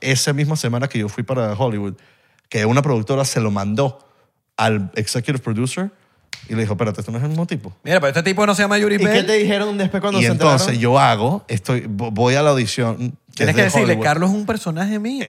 esa misma semana que yo fui para Hollywood, que una productora se lo mandó al executive producer y le dijo, espérate, esto no es el mismo tipo. Mira, pero este tipo no se llama Yuri ¿Y qué te Bell. dijeron después cuando y se entonces enteraron? yo hago, estoy, vo- voy a la audición. que Tienes es que de decirle, Hollywood. Carlos es un personaje mío.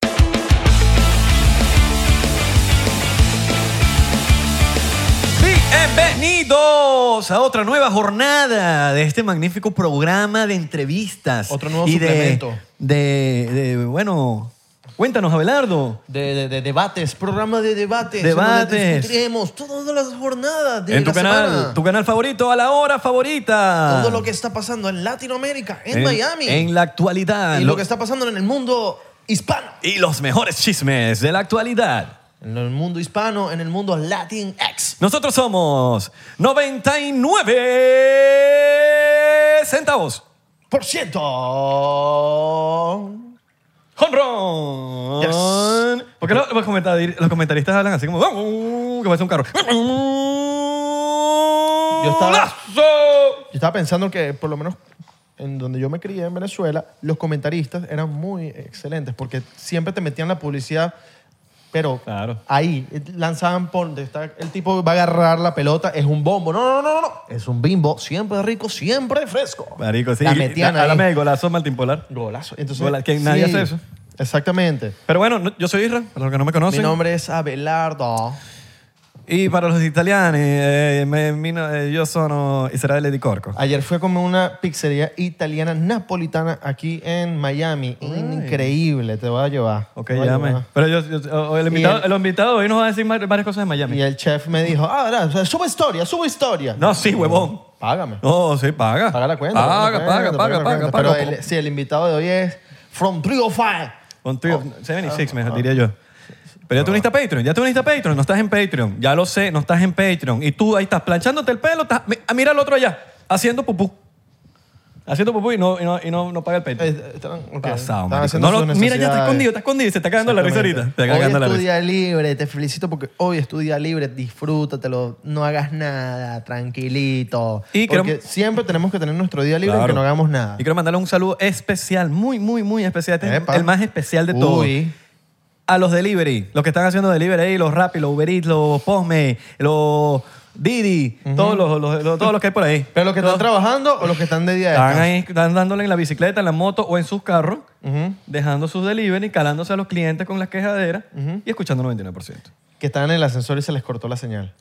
Bienvenidos a otra nueva jornada de este magnífico programa de entrevistas. Otro nuevo y de- suplemento. De, de- bueno, cuéntanos, Abelardo. De, de- de debates, programa de debates. Debates. Donde discutiremos todas las jornadas de en tu la canal, semana. tu canal favorito, a la hora favorita. Todo lo que está pasando en Latinoamérica, en, Miami. En la actualidad. y Lo- lo que está pasando en el mundo hispano. y los mejores chismes de la actualidad. En el mundo hispano, en el mundo Latinx. Nosotros somos 99 centavos. Por cierto. ¡Honron! Yes. Porque lo- los, comentari- los comentaristas hablan así como... "Uh, uh", Que parece un carro. Yo estaba- Yo estaba pensando que por lo menos en donde yo me crié en Venezuela, los comentaristas eran muy excelentes porque siempre te metían la publicidad, pero Claro. ahí eh, lanzaban por donde está el tipo va a agarrar la pelota, es un bombo. No, no, no, no, no. Es un bimbo, siempre rico, siempre fresco. Marico, sí. La metían ahí. Háblame de golazo maltimpolar. Golazo. Entonces, Gola- que nadie hace eso. Exactamente. Pero bueno, no- yo soy Isra, para los que no me Mi conocen. nombre es Abelardo. Y para los italianos, eh, me- mi no- eh, yo sono Israele di Corco. Ayer fue como una pizzería italiana napolitana aquí en Miami. Increíble, te voy a llevar. Ok, Te voy a llame. llevar. Pero yo, yo- o- o el, invitado, el- el invitado hoy nos va a decir mar- varias cosas de Miami. Y el chef me dijo, ah, verdad, o sea, subo historia, subo historia. No, sí, huevón. Págame. No, sí, paga. Paga la cuenta. Paga, la paga, cuenta, paga, la paga. cuenta. paga. Pero el, sí, el invitado de hoy es From oh Trio Fire. Con Oh. tu- 76, Ah, mejor diría yo. Pero ya tú uniste a Patreon, ya tú uniste a Patreon, no estás en Patreon, ya lo sé, no estás en Patreon. Y tú ahí estás planchándote el pelo, estás, mi- ah, mira al otro allá, haciendo pupú. Haciendo pupú y no, y no, y no, no paga el Patreon. Eh, estaban- ok, Pasado, estaban marico. haciendo No lo- sus mira, ya está necesidades. escondido, está escondido, se está cagando la risa ahorita. Se está Hoy cagando la es tu risa. día libre, te felicito porque hoy es tu día libre, disfrútatelo, no hagas nada, tranquilito. Y porque creo- siempre tenemos que tener nuestro día libre Claro. aunque no hagamos nada. Y quiero mandarle un saludo especial, muy, muy, muy especial. Este es Epa. el más especial de todos. Uy. A los delivery, los que están haciendo delivery ahí, los Rappi, los Uber Eats, los Postmates, los Didi, todos, los, los- los- todos los que hay por ahí. Pero los que están trabajando o los que están de día de Están descanso? ahí, están dándole en la bicicleta, en la moto o en sus carros, dejando sus delivery, calándose a los clientes con las quejaderas y escuchando 99%. que estaban en el ascensor y se les cortó la señal.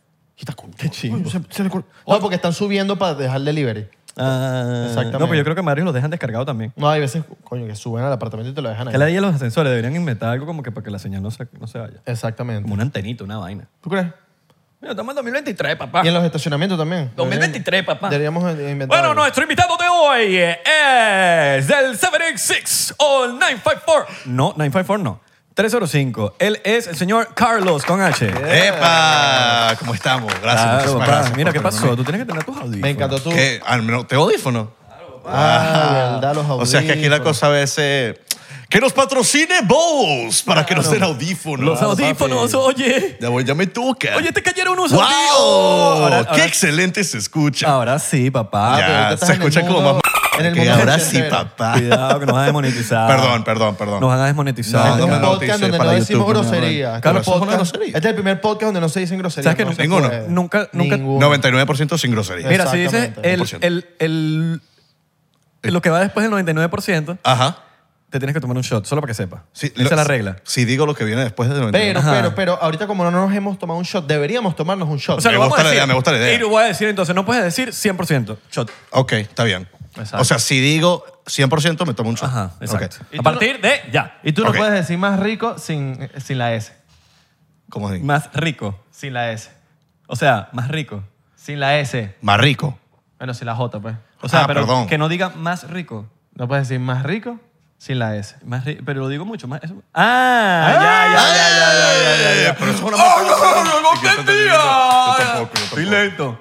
Qué chingo. Se, se le cor- No, porque están subiendo para dejar delivery. Ah, Exactamente. No, pero yo creo que varios los dejan descargado también. No, hay veces, coño, que suben al apartamento y te lo dejan Que ahí. la de los ascensores deberían inventar algo como que para que la señal no se, no se vaya. Exactamente. Como una antenita, una vaina. ¿Tú crees? Mira, estamos en 2023, papá. Y en los estacionamientos también. 2023, papá. Deberíamos eh, inventar. Bueno, algo. nuestro invitado de hoy es del 786 o el 954. No, 954 no. 305. Él es el señor Carlos con H. ¡Epa! ¿Cómo estamos? Gracias, eh, Claro, muchísimas papá. gracias. Mira, por ¿qué pasó? tenerme. Tú tienes que tener tus audífonos. Me encantó tú. ¿Qué? Ah, no, ¿Te audífono? Ah, verdad, los O sea, que aquí la audífonos. cosa a veces... ¡Que nos patrocine Bose! Para que nos den audífonos. Los audífonos, oye. Ya, voy, ya me toca. Oye, te cayeron unos ¡Wow! audífonos. Ahora- ¡Qué ahora- excelente se escucha! Ahora sí, papá. pero ahorita ya, estás se en el escucha como mundo- más... en el Ok, mundo ahora sí, ochentero. papá. Cuidado que nos van a desmonetizar. Perdón, perdón, perdón. Nos van a desmonetizar. No, Este es no, un no, te podcast hice donde para no decimos YouTube, mi amor. grosería. Claro, Este es el eso es una podcast- grosería. Este es el primer podcast donde no se dicen groserías. ¿Sabes que no nu- se ninguno? puede. Nunca- nunca- Ninguno. 99% sin grosería. Mira, si dices Exactamente. el, el, el, Eh. lo que va después del 99%, Ajá. te tienes que tomar un shot, solo para que sepas. Sí, Esa lo- es la regla. Si digo lo que viene después de 99. Pero, Ajá. pero, pero, ahorita como no nos hemos tomado un shot, deberíamos tomarnos un shot. sea, Me gusta la idea, me gusta la idea. Y lo voy a decir entonces, no puedes decir 100% shot. Ok, está bien. Exacto. O sea, si digo 100% me tomo un shot. Ajá, exacto. Ok. ¿Y A tú partir de ya. y tú Ok. no puedes decir más rico sin, sin la S. ¿Cómo se dice? Más rico. Sin la S. O sea, más rico. Sin la S. Más rico. Bueno, sin la J, pues. O sea, Ah, pero perdón. que no diga más rico. No puedes decir más rico sin la S. Más ri- pero lo digo mucho más. eso- Ah, ya, ya, ya, ya, ya, ya, ya, ya. Eh, Pero eso es una ¡Ah, no, no, no, no Y que esto te digo, entendía! Yo tampoco, yo Estoy tampoco. lento.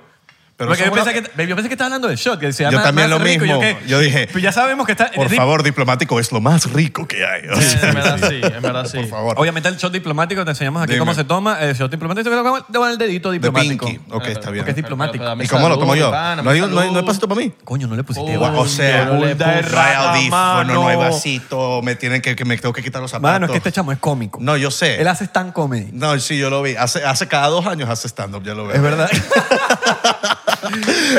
Pero Porque eso yo es una- pensé, que, yo pensé que estaba hablando del shot. Que decía, Yo "Más- también más lo rico". mismo. ¿qué? Yo dije, Pues ya sabemos que está... Por di- favor, diplomático es lo más rico que hay. O Sí, sea, en verdad sí, en verdad sí. por favor. Obviamente el shot diplomático, te enseñamos aquí Dime. cómo se toma. El shot diplomático se toma con el dedito De diplomático. Pinky. Ok, está bien. Porque es diplomático. Pero, pero, ¿Y cómo lo tomo salud, yo? pana, No, hay- no, salud. hay- no hay pasito para mí. Coño, no le pusiste Oh, agua. Guau, o sea, yo le un puse rata, audífono, mano. no hay vasito, me tienen que, que me tengo que quitar los zapatos. Mano, es que este chamo es cómico. No, yo sé. Él hace stand comedy. No, eh. sí, yo lo vi. Hace, hace cada dos años hace stand-up, ya lo veo. Es verdad.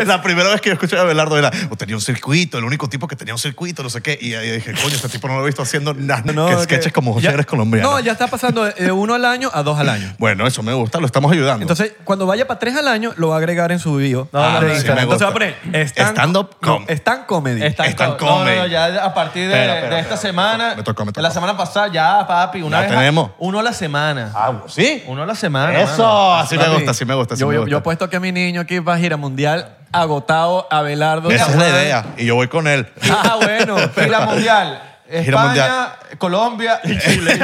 La primera vez que yo escuché a Belardo era, o tenía un circuito, el único tipo que tenía un circuito, no sé qué. Y ahí dije, coño, este tipo no lo he visto haciendo nada. No, que que- sketches como José ya- Eres colombiano. No, ya está pasando de- de uno al año a dos al año. Bueno, eso me gusta, lo estamos ayudando. Entonces, cuando vaya para tres al año, lo va a agregar en su bio. Ah, de sí, me Instagram. Entonces va a gusta. poner stand, Stand-up com- no, stand comedy. Está, Está en no, comedy. No, no, ya a partir de, Espera, espera, de espera, esta me semana. tocó, me tocó, me tocó. La semana pasada, ya, papi. Una Ya vez tenemos. uno a la semana. Ah, ¿sí? Uno a la semana. mano. Eso, así me Papi, gusta, así me gusta. así Yo, me yo, gusta. yo apuesto que a mi niño aquí va a gira mundial agotado, Abelardo. Esa es la Juan. idea. Y yo voy con él. Ah, bueno. Gira mundial. España, Gira mundial. Colombia y Chile.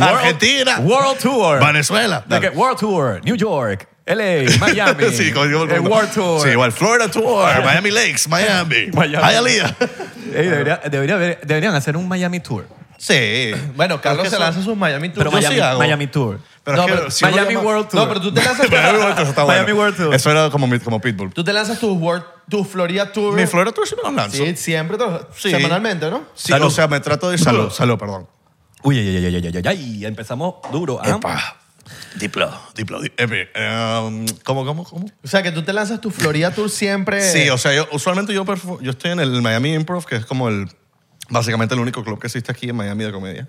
Argentina. World Tour. Venezuela. De que World Tour, New York, LA, Miami. sí, como digo, el World Tour. Sí, igual Florida Tour, Miami Lakes, Miami. Miami. Hialeah. Ey, debería- debería haber- deberían hacer un Miami Tour. Sí. Bueno, Carlos se lanza sus Miami Tour. Pero Yo sí Miami, hago. Miami Tour. Pero No, es que pero si uno Miami llama- World Tour. No, pero tú te lanzas. Miami World Tour está Miami bueno. World Tour. Eso era como, mi- como Pitbull. tú te lanzas tus World, tu Florida Tour. Mi Florida Tour sí me los lanzo. Sí, siempre, te lo- Sí. semanalmente, ¿no? Sí, o sea, me trato de salud, salud, perdón. Uy, ay, ay, ay, ay, ay, ay, empezamos duro. ¿ah? Epa. Diplo, diplo, di- epi, em, ¿Cómo, cómo, cómo? O sea, que tú te lanzas tu Florida Tour Eh. siempre. Sí, o sea, yo, usualmente yo, perfo- yo estoy en el Miami Improv, que es como el, básicamente el único club que existe aquí en Miami de comedia,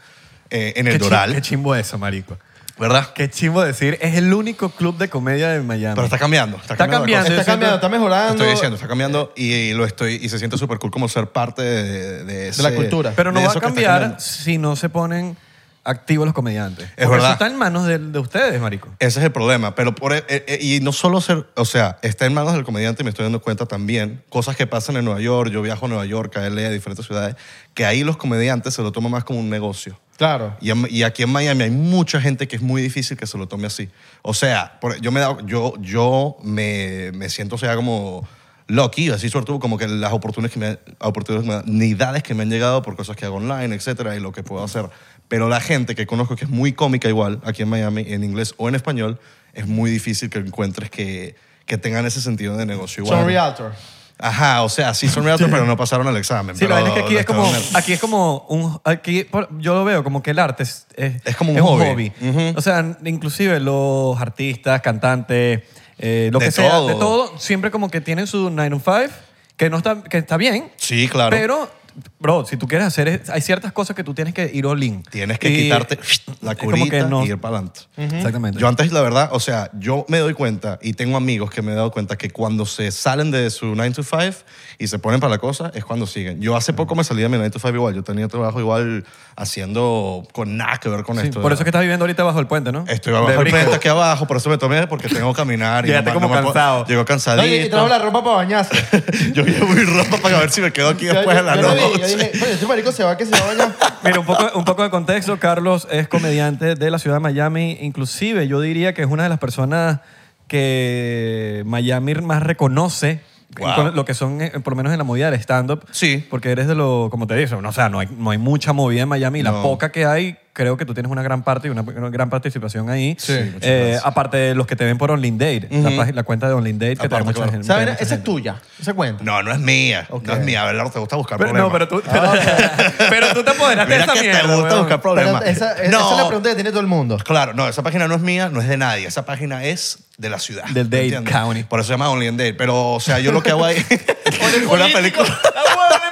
eh, en el Qué chi- Doral, Qué chimbo eso, marico. ¿verdad? Qué chimbo decir, es el único club de comedia de Miami. Pero está cambiando. Está, Está la cosa. cambiando. está cambiando, Eh. está mejorando. Estoy diciendo, está cambiando y, lo estoy y se siente súper cool como ser parte de, de, ese- la cultura. Pero no de va a eso que está cambiar cambiando. si no se ponen activos los comediantes. Porque verdad. Eso está en manos de, de ustedes, marico. Ese es el problema. Pero por, eh, eh, y no solo ser, o sea, está en manos del comediante y me estoy dando cuenta también, cosas que pasan en Nueva York, yo viajo a Nueva York, a LA, a diferentes ciudades, que ahí los comediantes se lo toman más como un negocio. Claro. Y, en- y aquí en Miami hay mucha gente que es muy difícil que se lo tome así. O sea, por- yo, me da, yo, yo me, me siento, o sea, como lucky, así suerte, como que las oportunidades que, me, oportunidades que me han llegado por cosas que hago online, etcétera, y lo que puedo hacer. Pero la gente que conozco que es muy cómica igual, aquí en Miami, en inglés o en español, es muy difícil que encuentres que, que tengan ese sentido de negocio igual. Son realtor. Ajá, o sea, sí son realtors, pero no pasaron el examen. Sí, la pero verdad es que aquí lo es como, estaban en- aquí es como un, aquí por- yo lo veo como que el arte es, Es como un hobby. O sea, inclusive los artistas, cantantes, eh, lo De que sea, todo. de todo, siempre como que tienen su 9 to 5, que no está, que está bien. Sí, claro. Pero, bro, si tú quieres hacer, es- hay ciertas cosas que tú tienes que ir all in. Tienes que Y quitarte la es como que curita no- y ir para adelante. Exactamente. Yo antes, la verdad, o sea, yo me doy cuenta y tengo amigos que me he dado cuenta que cuando se salen de su 9 to 5 y se ponen para la cosa es cuando siguen. Yo hace poco me salí de mi 9 to 5 igual. Yo tenía trabajo igual haciendo con nada que ver con Sí, esto. por ¿verdad? eso es que estás viviendo ahorita bajo el puente, ¿no? Estoy abajo De del brico. frente, aquí abajo, por eso me tomé porque tengo que caminar. y Llegaste no- como no me puedo- cansado. Llego No, y, y cansadito. trajo la ropa para bañarse. yo llevo mi ropa para ver si me quedo aquí Yo- después yo- de la yo lo vi, Yo noche. dije, "Oye, este marico se va que se va a bañar". Mira, un poco, un poco de contexto. Carlos es comediante de la ciudad de Miami. Inclusive yo diría que es una de las personas que Miami más reconoce Wow. con lo que son, eh, por lo menos en la movida del stand-up. Sí. Porque eres de lo, como te dicen, no, o sea, no hay, no hay mucha movida en Miami. y La No. poca que hay, creo que tú tienes una gran parte y una, una gran participación ahí. Sí, muchas Eh, gracias. aparte de los que te ven por OnLinDate, la pag- la, cuenta de OnLinDate que te Aparte, da mucha claro. gente. ¿Saben? mucha Esa es gente. tuya. Esa cuenta. No, no es mía. Ok. No es mía. Abelardo, te gusta buscar Pero, problemas. no, pero tú, pero, pero tú te apoderaste de Mira esa que mierda. te gusta weón. buscar Pero problemas. esa, esa es la pregunta que tiene todo el mundo. Claro, no, esa página no es mía, no es de nadie. Esa página es de la ciudad. Del Dade ¿entiendes? County. Por eso se llama Only in Dade. Pero, o sea, yo lo que hago ahí... una película...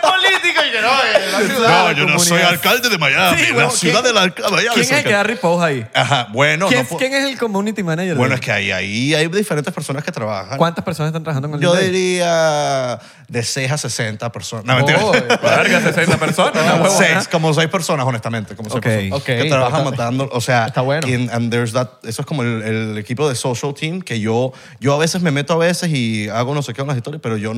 político y que no, en la ciudad. No, yo no soy comunidad. alcalde de Miami. Sí, la bueno, ciudad ¿quién- de la Miami. ¿Quién es soy el que da riposte ahí? Ajá, bueno... ¿Quién, no puedo- quién es el community manager? Bueno, de- es que ahí, ahí hay diferentes personas que trabajan. ¿Cuántas personas están trabajando con el Oh, Yo Lindex? diría de 6 a 60 personas. No, mentira. Oy, Verga, 60 personas. una huevona. Ah, Seis, como seis personas, honestamente. Como seis Ok. personas. Ok, que trabajan bastante. matando. O sea, Está bueno. quien- and there's that- eso es como el, el equipo de social team que yo, yo a veces me meto a veces y hago no sé qué con las historias, pero yo,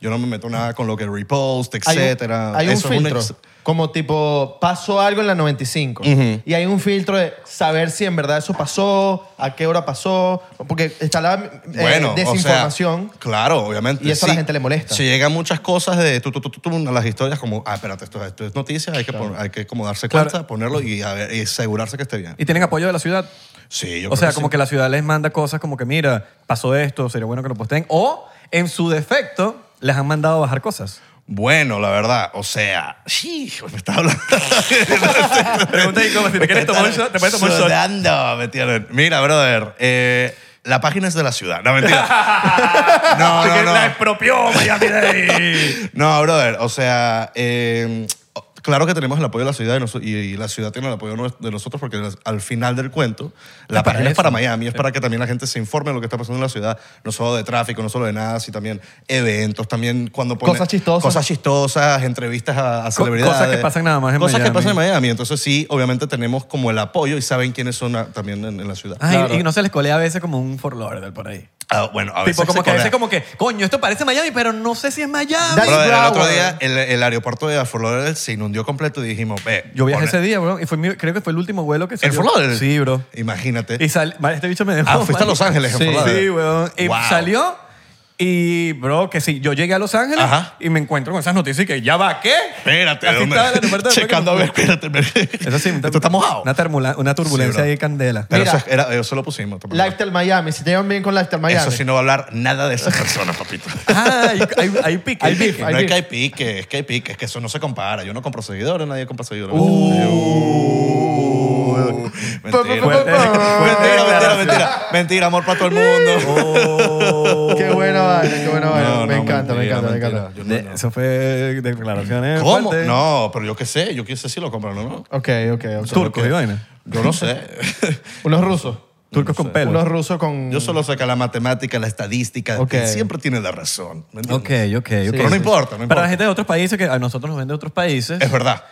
yo no me meto nada con lo que repost, Hay un- etcétera. una... Hay un eso es una filtro. ex- Como tipo, pasó algo en la 95. Ujú. Y hay un filtro de saber si en verdad eso pasó, a qué hora pasó. Porque está la eh, bueno, o sea, desinformación. claro, obviamente. Y eso a la gente le molesta. Si llegan muchas cosas de tu, tu, tu, tu, tu, a las historias como, ah, espérate, esto, esto es noticia, hay que, pon- hay que como darse Claro. cuenta, ponerlo y, a ver, y asegurarse que esté bien. Y tienen apoyo de la ciudad. Sí, yo o creo sea, que como sí. que la ciudad les manda cosas como que, mira, pasó esto, sería bueno que lo posteen. O, en su defecto, les han mandado a bajar cosas. Bueno, la verdad, o sea, sí, me estás hablando. Pregunta ahí, ¿cómo? Si te quieres tomar un shot, te puedes tomar un shot. Sudando, me tienen. Mira, brother, eh, la página es de la ciudad. No, mentira. no, no, no. La expropió Miami-Dade. No, brother, o sea, eh, claro que tenemos el apoyo de la ciudad y, noso- y- y la ciudad tiene el apoyo nos- de nosotros porque las- al final del cuento, la Ah, para página es eso. para Miami, es para que también la gente se informe de lo que está pasando en la ciudad, no solo de tráfico, no solo de nada, sino también eventos, también cuando pone- Cosas chistosas. Cosas chistosas, entrevistas a, a celebridades. cosas que pasan nada más en Cosas Miami. que pasan en Miami. Entonces sí, obviamente tenemos como el apoyo y saben quiénes son ah, también en, en la ciudad. Ay, Claro. Y no se les colea a veces como un Fort Lauderdale por ahí. Ah, bueno, a veces tipo, como se que a veces colea. como que, coño, esto parece Miami, pero no sé si es Miami. Dale. Brother, el otro Broward. día el, el aeropuerto de Fort Lauderdale se inundió completo y dijimos, ve. Yo viajé pone- ese día, bro, y fue mi- creo que fue el último vuelo que se ¿En Fort Lauderdale? Sí, bro. Imagínate. Y sal- ma, este bicho me dejó. Ah, fuiste a Los Ángeles en Sí, Fort Lauderdale. sí weón. Y Wow. salió. Y, bro, que sí, yo llegué a Los Ángeles Ajá. y me encuentro con esas noticias y que ya va, ¿qué? Espérate, Así ¿dónde? estaba el aeropuerto de Checando a ver, espérate. me- Eso sí, Esto está mojado. Una, termula- una turbulencia bro. ahí, candela. Pero Mira. eso, era, eso lo pusimos. tampoco. Lifestyle Miami, si te llevan bien con Lifestyle Miami. Eso sí no va a hablar nada de esas personas, papito. Ah, hay, hay, hay pique. Hay beef, Que hay no es que beef. hay pique, es que hay pique, es que eso no se compara. Yo no compro seguidores, nadie compra seguidores. Uh. Mentira, Pa, pa, mentira, pa, pa, pa. mentira, mentira, mentira, Mentira, amor para todo el mundo. Oh. Qué buena vaina, qué buena vaina. No, Uh, me, no, encanta, me mentira, encanta, me mentira. encanta, Yo no- De- no. Eso fue declaraciones. ¿Cómo? fuertes. No, pero yo qué sé, yo qué sé si lo compran o no. Ok, ok, ok. Turcos y vaina. Yo no sé. Unos rusos. Turcos con pelo. Unos rusos con. Yo solo sé que la matemática, la estadística, Ok. que siempre tiene la razón. ¿me entiendes? Ok, ok, ok. Pero no importa, no Para importa. la gente de otros países, que a nosotros nos ven de otros países, Es verdad.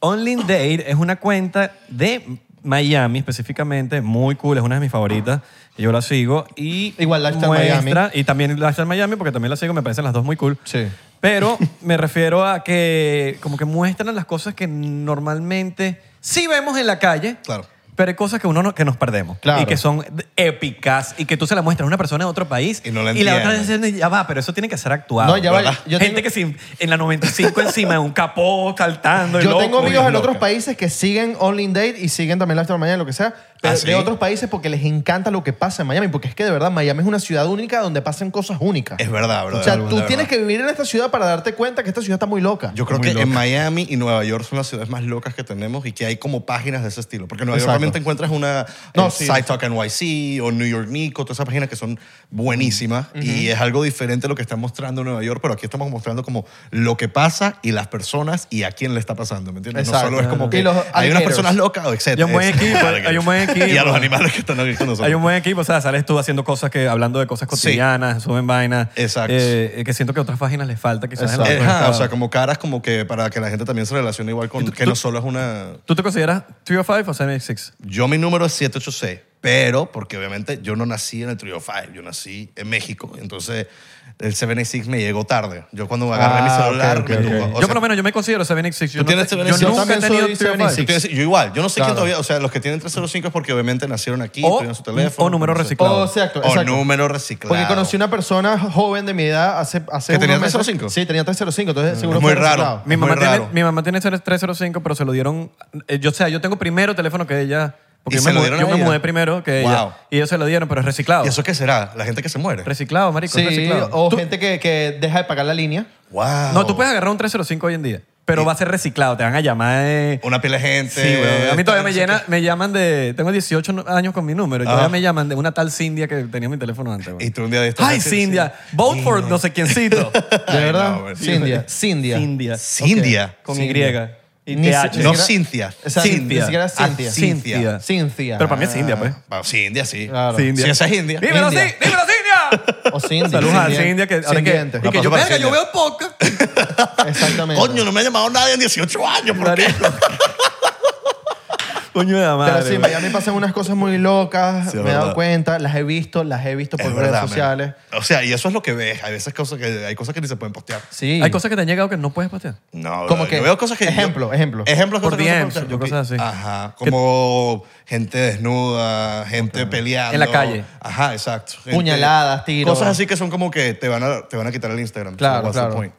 Only Date es una cuenta de Miami específicamente, muy cool, es una de mis favoritas. Yo la sigo y. Igual Lifestyle Miami. Y también Lifestyle Miami, porque también la sigo, me parecen las dos muy cool. Sí. Pero me refiero a que, como que muestran las cosas que normalmente sí vemos en la calle. Claro. Pero hay cosas que uno no- que nos perdemos Claro. y que son épicas y que tú se la muestras a una persona de otro país Y no la la otra entiende. dice, ya va, pero eso tiene que ser actuado. No, ya va, ¿verdad? yo Gente tengo- que sin- en la 95 encima de un capó saltando. y Yo loco, tengo y amigos en loca. otros países que siguen Only in Date y siguen también Lifestyle Miami, lo que sea, pero ¿Ah, sí? de otros países porque les encanta lo que pasa en Miami, porque es que de verdad Miami es una ciudad única donde pasan cosas únicas. Es verdad, bro. o sea, es tú verdad. tienes que vivir en esta ciudad para darte cuenta que esta ciudad está muy loca. Yo creo Muy que loca. en Miami y Nueva York son las ciudades más locas que tenemos y que hay como páginas de ese estilo. Porque en Nueva Exacto. York realmente encuentras una No, eh, sí. Side Talk NYC o New York Nico, todas esas páginas que son buenísimas y es algo diferente lo que están mostrando en Nueva York, pero aquí estamos mostrando como lo que pasa y las personas y a quién le está pasando, ¿me entiendes? Exacto. No solo es como Y que los hay unas alligators. personas locas o etc. Hay un buen equipo, Alligators. hay un buen equipo. y a los animales que están aquí con nosotros. Hay un buen equipo, o sea, sales tú haciendo cosas que, hablando de cosas cotidianas, suben vainas. Exacto. eh, que siento que a otras páginas les falta quizás. en la Eh, otra ajá, o entrada. sea, como caras como que para que la gente también se relacione igual con que no solo es una... ¿Tú te consideras 305 o 76? Yo mi número es 786, pero porque obviamente yo no nací en el Trio 5, yo nací en México, entonces el 76 me llegó tarde. Yo cuando agarré Ah, mi celular, ok, me ok, tocó- ok. o yo sea, por lo menos yo me considero 76. Yo, Tú tienes te- 76. yo Yo nunca he también tenido soy 305. tú tienes- yo igual, yo no sé quién Claro. todavía, o sea, los que tienen 305 es porque obviamente nacieron aquí, O- tuvieron su teléfono. o número no sé. reciclado. O, Oh, exacto, O exacto. número reciclado. Porque conocí una persona joven de mi edad hace, hace ¿Que tenía unos meses. 305? Sí, tenía 305, entonces seguro Mm, muy fue raro. reciclado. Mi Muy mamá, tiene, raro. mi mamá tiene 305, pero se lo dieron. eh, Yo, o sea, yo tengo primero teléfono que ella. Porque ¿Y yo se me, lo mudé- dieron yo a me ella? mudé primero que Wow. ella. Y ellos se lo dieron, pero es reciclado. ¿Y eso qué será? La gente que se muere. Reciclado, marico. es Sí, reciclado. o Tú- gente que, que deja de pagar la línea. Wow. No, tú puedes agarrar un 305 hoy en día, pero va a ser reciclado. Te van a llamar de... una pila de gente. Sí, güey. A mí todavía me, no sé llena, qué. me llaman de... Tengo 18 no- años con mi número. y Todavía Ah. me llaman de una tal Cindia que tenía mi teléfono antes, güey. Y tú un día de estos ¡Ay, vas a Cindia! decir, Vote for no sé quiéncito. Ay, De verdad. no, güey. Cindia. Cindia. Cindia. Cindia. Con Cindia. Y. Y Ni TH. si- No siquiera- Cintia. Exacto, ni Cintia. siquiera es Ah, Cintia. Cintia. Cintia. Pero para mí es Cindia, pues. Bueno, sí, India sí. Claro. Cindia. Sí, esa es India. ¡Dímelo, India. Cindia! ¡Dímelo, Cindia! O Cindy. Saludos a Cindy. Cindia, que ahora Sin que, dientes. y que Aplauso yo, para verga, yo Cindia. veo poca. Exactamente. Coño, no me ha llamado nadie en 18 años. ¿por qué? Coño de la madre. Pero sí, en güey. Miami pasan unas cosas muy locas, Sí, es me he dado verdad. cuenta, las he visto, las he visto por Es redes verdad, man. sociales. O sea, y eso es lo que ves. Hay veces cosas que, hay cosas que ni se pueden postear. Sí. Hay cosas que te han llegado que no puedes patear. No, Como bro, que- yo veo cosas que ejemplo, ejemplo. Ejemplos Por que DMs, o cosas así. Ajá, como gente desnuda, gente peleando. En la calle. Ajá, exacto. Gente- Puñaladas, tiros. Cosas así que son como que te van a, te van a quitar el Instagram. Claro, What's the claro. point?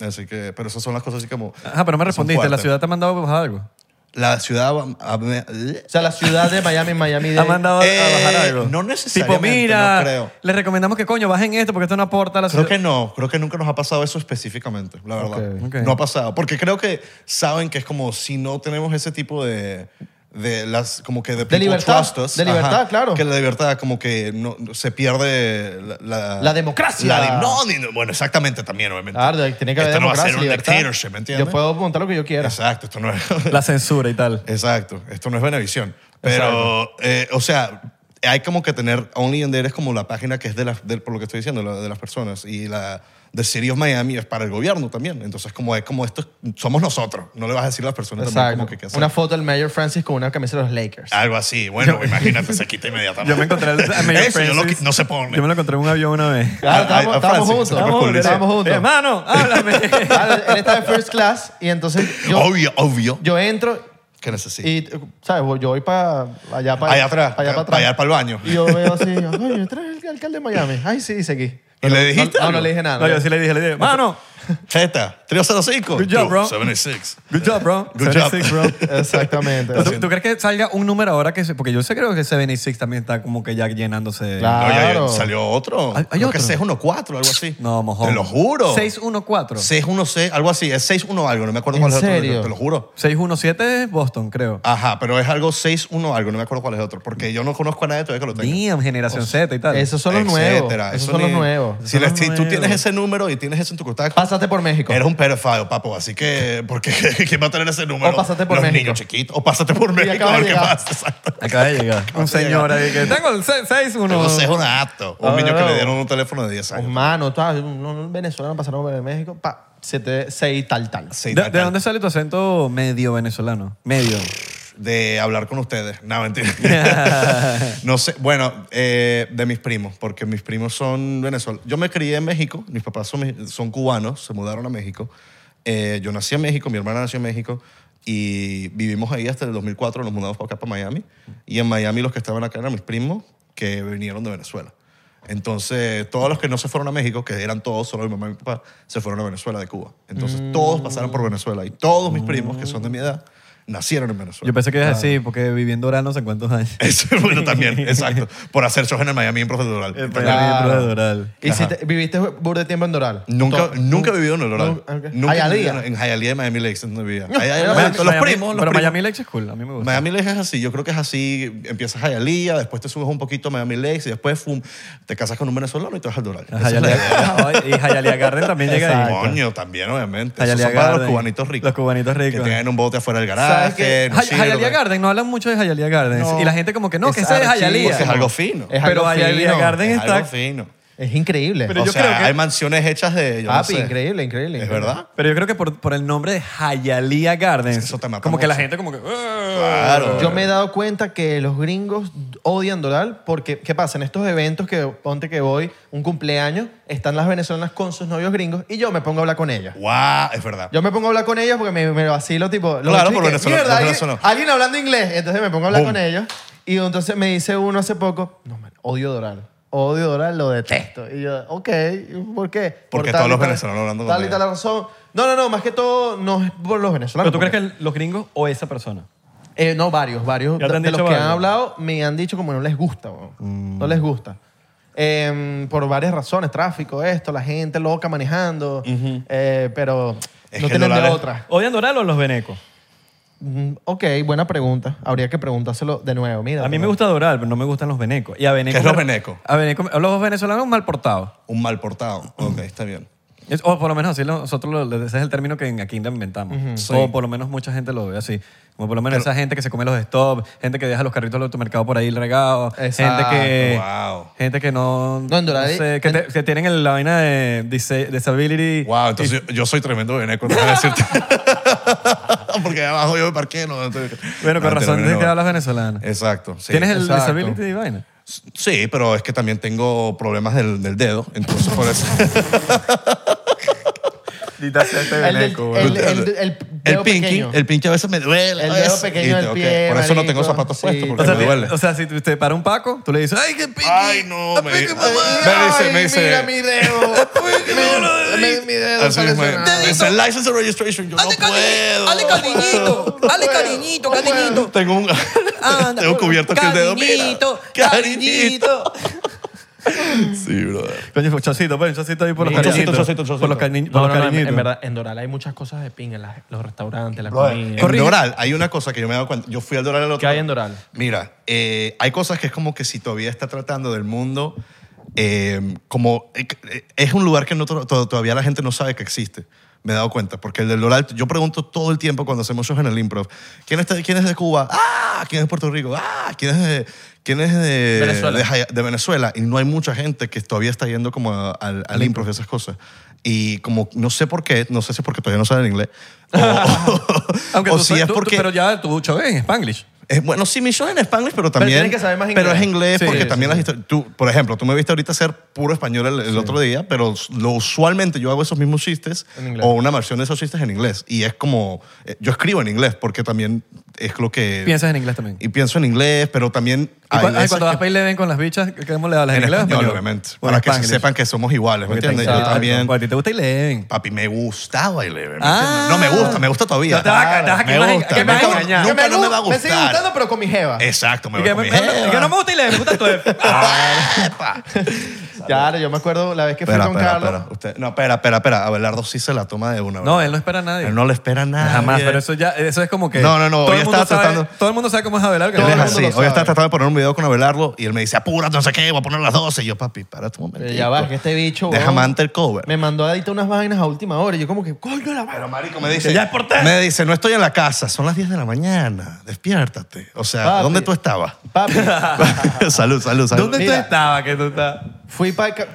Así que, pero esas son las cosas así como... Ajá, pero no me son respondiste. ¿La fuertes. ciudad te ha mandado a bajar algo? La ciudad... va- a- O sea, la ciudad de Miami, Miami ¿Te ha de... mandado a- Eh, a bajar algo? no necesariamente, Tipo, mira, no creo. les recomendamos que coño bajen esto porque esto no aporta a la Creo ciudad. que no, creo que nunca nos ha pasado eso específicamente, la verdad. Ok. No ha pasado, porque creo que saben que es como si no tenemos ese tipo de de las como que de, people libertad, trust us. de libertad, claro. Que la libertad como que no, no- se pierde la la, La democracia. la de- no, ni- no, bueno, exactamente también obviamente. Claro, tiene que haber esto no va a ser democracia, un libertad. dictatorship, ¿me entiendes? Yo puedo montar lo que yo quiera. Exacto, esto no es La censura y tal. Exacto, esto no es Benevisión. Pero, eh, o sea, hay como que tener, Only and There es como la página que es de las, del- por lo que estoy diciendo, la- de las personas. Y la de City of Miami es para el gobierno también. Entonces, como es como esto, somos nosotros. No le vas a decir a las personas también Exacto. como que qué hacer. Ah, Una foto del Mayor Francis con una camisa de los Lakers. Algo así. Bueno, imagínate, se quita inmediatamente. Yo me encontré al- a Mayor Eh, Eso yo lo qui- Francis. no se pone. Yo me lo encontré en un avión una vez. Claro, A- a- estábamos, a estábamos ah, Francis, juntos. que fue cool, estábamos dice. juntos. Hermano, háblame. Claro, él está de first class y entonces yo, obvio, obvio. yo entro que necesito. y, ¿sabes? Yo voy para allá para Este. allá atrás. Allá para atrás. Allá para el baño. Y yo veo así, oye, ¿tú eres el alcalde de Miami? Ay, sí, dice aquí. le dijiste No, no, algo? le dije nada. No, yo sí le dije, le dije, mano, Zeta, 305. Good job, Tú, oh bro. 76. good job, bro. Good 76, bro. Exactamente. ¿Tú, tú crees que salga un número ahora que se, Porque yo sé creo que 76 también está como que ya llenándose. Claro. No, ya- ya salió otro. ¿Hay- hay Creo que otro? 614, algo así. No, mojón. Te lo juro. 614. 616, algo así. Es 6-1 algo, no me acuerdo ¿En cuál es el serio? otro. Te lo juro. 617 es Boston, creo. Ajá, pero es algo 6-1 algo, no me acuerdo cuál es el otro. Porque yo no conozco a nadie todavía que lo tenga. Damn, generación Z y tal. Esos son los nuevos. Etcétera. Esos Eso son los ni- nuevos. Si, son le- los si tú nuevos. tienes ese número y tienes eso en tu contacto, Pásate por México. eres un pedófilo, papo. Así que, porque ¿quién va a tener ese número? O pásate por los México. niños chiquitos. O pásate por México, acaba a de ver qué llegar. pasa. Exacto. Acaba de llegar. Un señor ahí que. Tengo el se- No sé, es 6-1. un apto. Un Ah, niño que no. le dieron un teléfono de 10 años. Humano, tal, un, un venezolano pasaron por México, pa, se te, se y tal, tal. Sí, ¿De, tal, de tal. dónde sale tu acento medio venezolano? Medio. de hablar con ustedes. No, mentira. no sé. Bueno, eh, de mis primos, porque mis primos son venezolanos. Yo me crié en México, mis papás son, me- son cubanos, se mudaron a México. Eh, yo nací en México, mi hermana nació en México y vivimos ahí hasta el 2004, nos mudamos para acá, para Miami. Y en Miami los que estaban acá eran mis primos que vinieron de Venezuela. Entonces, todos los que no se fueron a México, que eran todos, solo mi mamá y mi papá, se fueron a Venezuela de Cuba. Entonces, todos pasaron por Venezuela y todos mis primos, que son de mi edad, nacieron en Venezuela. Yo pensé que ibas a decir, porque viviendo ahora no sé cuántos años. Eso es bueno también, exacto. Por hacer shows en el Miami en Profesional. Pero Claro. viviendo de Doral. ¿Y si Ajá. te- viviste burda de tiempo en Doral? Nunca, To- nunca he vivido en el oral. nunca- ok. Nunca he Hialeah. vivido en- en Hialeah de Miami Lakes. No vivía. Hialeah, Miami- Miami- los Miami- primos, los Pero primos. Miami Lakes es cool. A mí me gusta. Miami Lakes es así, yo creo que es así. Empiezas Hialeah, después te subes un poquito a Miami Lakes y después fum, te casas con un venezolano y te vas al Doral. Esa es la idea. Hialeah- y Hayalia Garden también llega ahí. Coño, también, obviamente. Esos Hialeah son para los Garden. cubanitos ricos. Los cubanitos ricos. Que tienen un bote afuera del ¿Sabes garaje. qué? no Hay- Hialeah sirven. Garden, no hablan mucho de Hialeah Garden. No. Y la gente como que no, Es que esa es archivo, Hialeah. Porque es algo fino. Es Pero algo Hialeah fino, Garden Es está... algo fino. Es increíble. Pero o yo sea, creo que- hay mansiones hechas de. Yo no Papi, sé. increíble, increíble. Es increíble. verdad. Pero yo creo que por, por el nombre de Hialeah Garden, Eso te mata como que la mucho. gente como que... Claro. Yo me he dado cuenta que los gringos odian Doral porque, ¿qué pasa? En estos eventos que ponte que voy, un cumpleaños, están las venezolanas con sus novios gringos y yo me pongo a hablar con ellas. Guau, es verdad. Yo me pongo a hablar con ellos porque me, me vacilo, tipo. los Claro, bichos y por que, Venezuela- "Mierda, por alguien- Venezuela". Alguien hablando inglés. Entonces me pongo a hablar Boom. con ellos. Y entonces me dice uno hace poco, no, man, odio Doral. Odio Doral, lo detesto. Y yo, ok, ¿por qué? Por Porque tal todos y los tal- venezolanos hablando con Tal y ellos. tal razón. No, no, no, más que todo no es por los venezolanos. Pero tú porque- crees que los gringos o esa persona. eh, no, varios, varios. ¿Ya De, te han de los dicho que han varios? hablado me han dicho como no les gusta, weón. Mm. no les gusta. Em, por varias razones, tráfico, esto, la gente loca manejando, eh, pero Es no que el tienen de dólar es- otra. Ah. ¿Odian Doral o los venecos? Mm, Ok, buena pregunta. Habría que preguntárselo de nuevo. Mira, A mí me pero- gusta Doral, pero no me gustan los venecos. Y a venecos... es los venecos? A venecos... a Los venezolanos mal portados. Un mal portado. Ok, está bien. Es- o por lo menos así lo- nosotros, lo- ese es el término que en- aquí inventamos. Sí. O por lo menos mucha gente lo ve así. Como por lo menos esa gente que se come los stops, gente que deja los carritos del automercado por ahí regados, gente Exacto, que... wow. Gente que no... No, en Doral- sé, que, te- que tienen el- la vaina de disa- disability. Wow, entonces yo, yo soy tremendo veneco, no voy a decirte. Porque porque abajo yo me parqué. No, entonces- Bueno, con No, razón no, dices no. que hablas venezolano. Exacto. sí. ¿Tienes el exacto. disability y vaina? Sí, pero es que también tengo problemas del, del dedo, entonces por eso. este El, del- el, el, el, El dedo pinky, pequeño. el pinky a veces me duele. El a dedo veces. pequeño Y del tengo que- pie, Por eso no tengo marico. zapatos puestos, Sí. porque O sea, me duele. ti- o sea, si te- te para un Paco, tú le dices, ¡ay, qué pinky! Ay, no, Ah, me, pinky, mamá! me dice, me dice. Mira mi dedo. mi, mi dedo Así está mismo, lesionado. dice, license and registration, yo no puedo. cariñito, dale cariñito, cariñito. Tengo un. tengo cubierto aquí el dedo. mira. Sí, brother. Coño, fue chocito, pues, chocito ahí por los Chocito, cariñitos. chocito, chocito. Por los, cariñi- por No, los no, no, en, cariñitos. en verdad, en Doral hay muchas cosas de ping en las- los restaurantes, la comida. En Doral hay una cosa que yo me he dado cuenta. Yo fui al Doral el otro ¿Qué hay en Doral? Mira, eh, hay cosas que es como que si todavía está tratando del mundo, eh, como eh, eh, es un lugar que no to- to- todavía la gente no sabe que existe. Me he dado cuenta, porque el del Doral, yo pregunto todo el tiempo cuando hacemos shows en el improv, ¿quién, está, quién es de Cuba? Ah, ¿quién es de Puerto Rico? Ah, ¿quién es de, quién es de, Venezuela. de Jaya- de Venezuela? Y no hay mucha gente que todavía está yendo como a- al, al improv y esas cosas. Y como no sé por qué, no sé si es porque todavía no saben inglés, o, Aunque o tú si sabes- es tú- tú- porque... pero ya tu chave en Spanglish. Es bueno, sí, mi show en Spanglish, pero también. tienes que saber más Pero es inglés. inglés Sí, porque sí, también las historias. Tú, por ejemplo, tú me viste ahorita hacer puro español el, el otro día, pero lo usualmente yo hago esos mismos chistes o una versión de esos chistes en inglés. Y es como. eh, Yo escribo en inglés porque también es lo que. Piensas en inglés también. Y pienso en inglés, pero también. Y cua- hay ay, veces cuando que- vas para le ven con las bichas, ¿qué- ¿cómo le hablas? en inglés o español, obviamente. O en Para que se Spanglish. sepan que somos iguales, ¿me Porque te- entiendes? Yo exacto, también. porque a ti te gusta y le ven. Papi, me gustaba el Eleven. ¿me Ah. entiendes? no me gusta, me gusta todavía. No te vas a- te vas a me quemar- gusta. a quemar Nunca- engañar. Nunca Que no me va a gu- Me sigue gustar. gustando, pero con mi jeva. Exacto, me Y voy que con mi me- me- y que jeva. Ah, no me gusta y le ven, me gusta tu Claro, yo me acuerdo la vez que fui Espera, con espera, Carlos. espera. Usted- no, espera, espera, espera. Abelardo sí se la toma de una. No, ¿verdad? él no espera a eh, nadie. Él no le espera nada. Jamás, pero eso ya, eso es como que. No, no, no, Todo hoy el mundo estaba sabe, tratando- todo el mundo sabe cómo es Abelardo. Él todo es el mundo así. lo Hoy sabe. está tratando de poner un video con Abelardo y él me dice, apúrate, no sé qué, voy a poner las 12. Y yo, papi, para tu momento. Pero ya va, que este bicho. Deja weón, manta el cover. Me mandó a editar unas vainas a última hora. Y yo, como que, coño, la vaina. Pero marico me dice, Ya es por tres. me dice, no estoy en la casa, son las 10 de la mañana, despiértate. O sea, Papi. ¿dónde tú estabas? Papi, salud, salud, salud. ¿Dónde tú Mira. estabas? Que tú estabas. fui para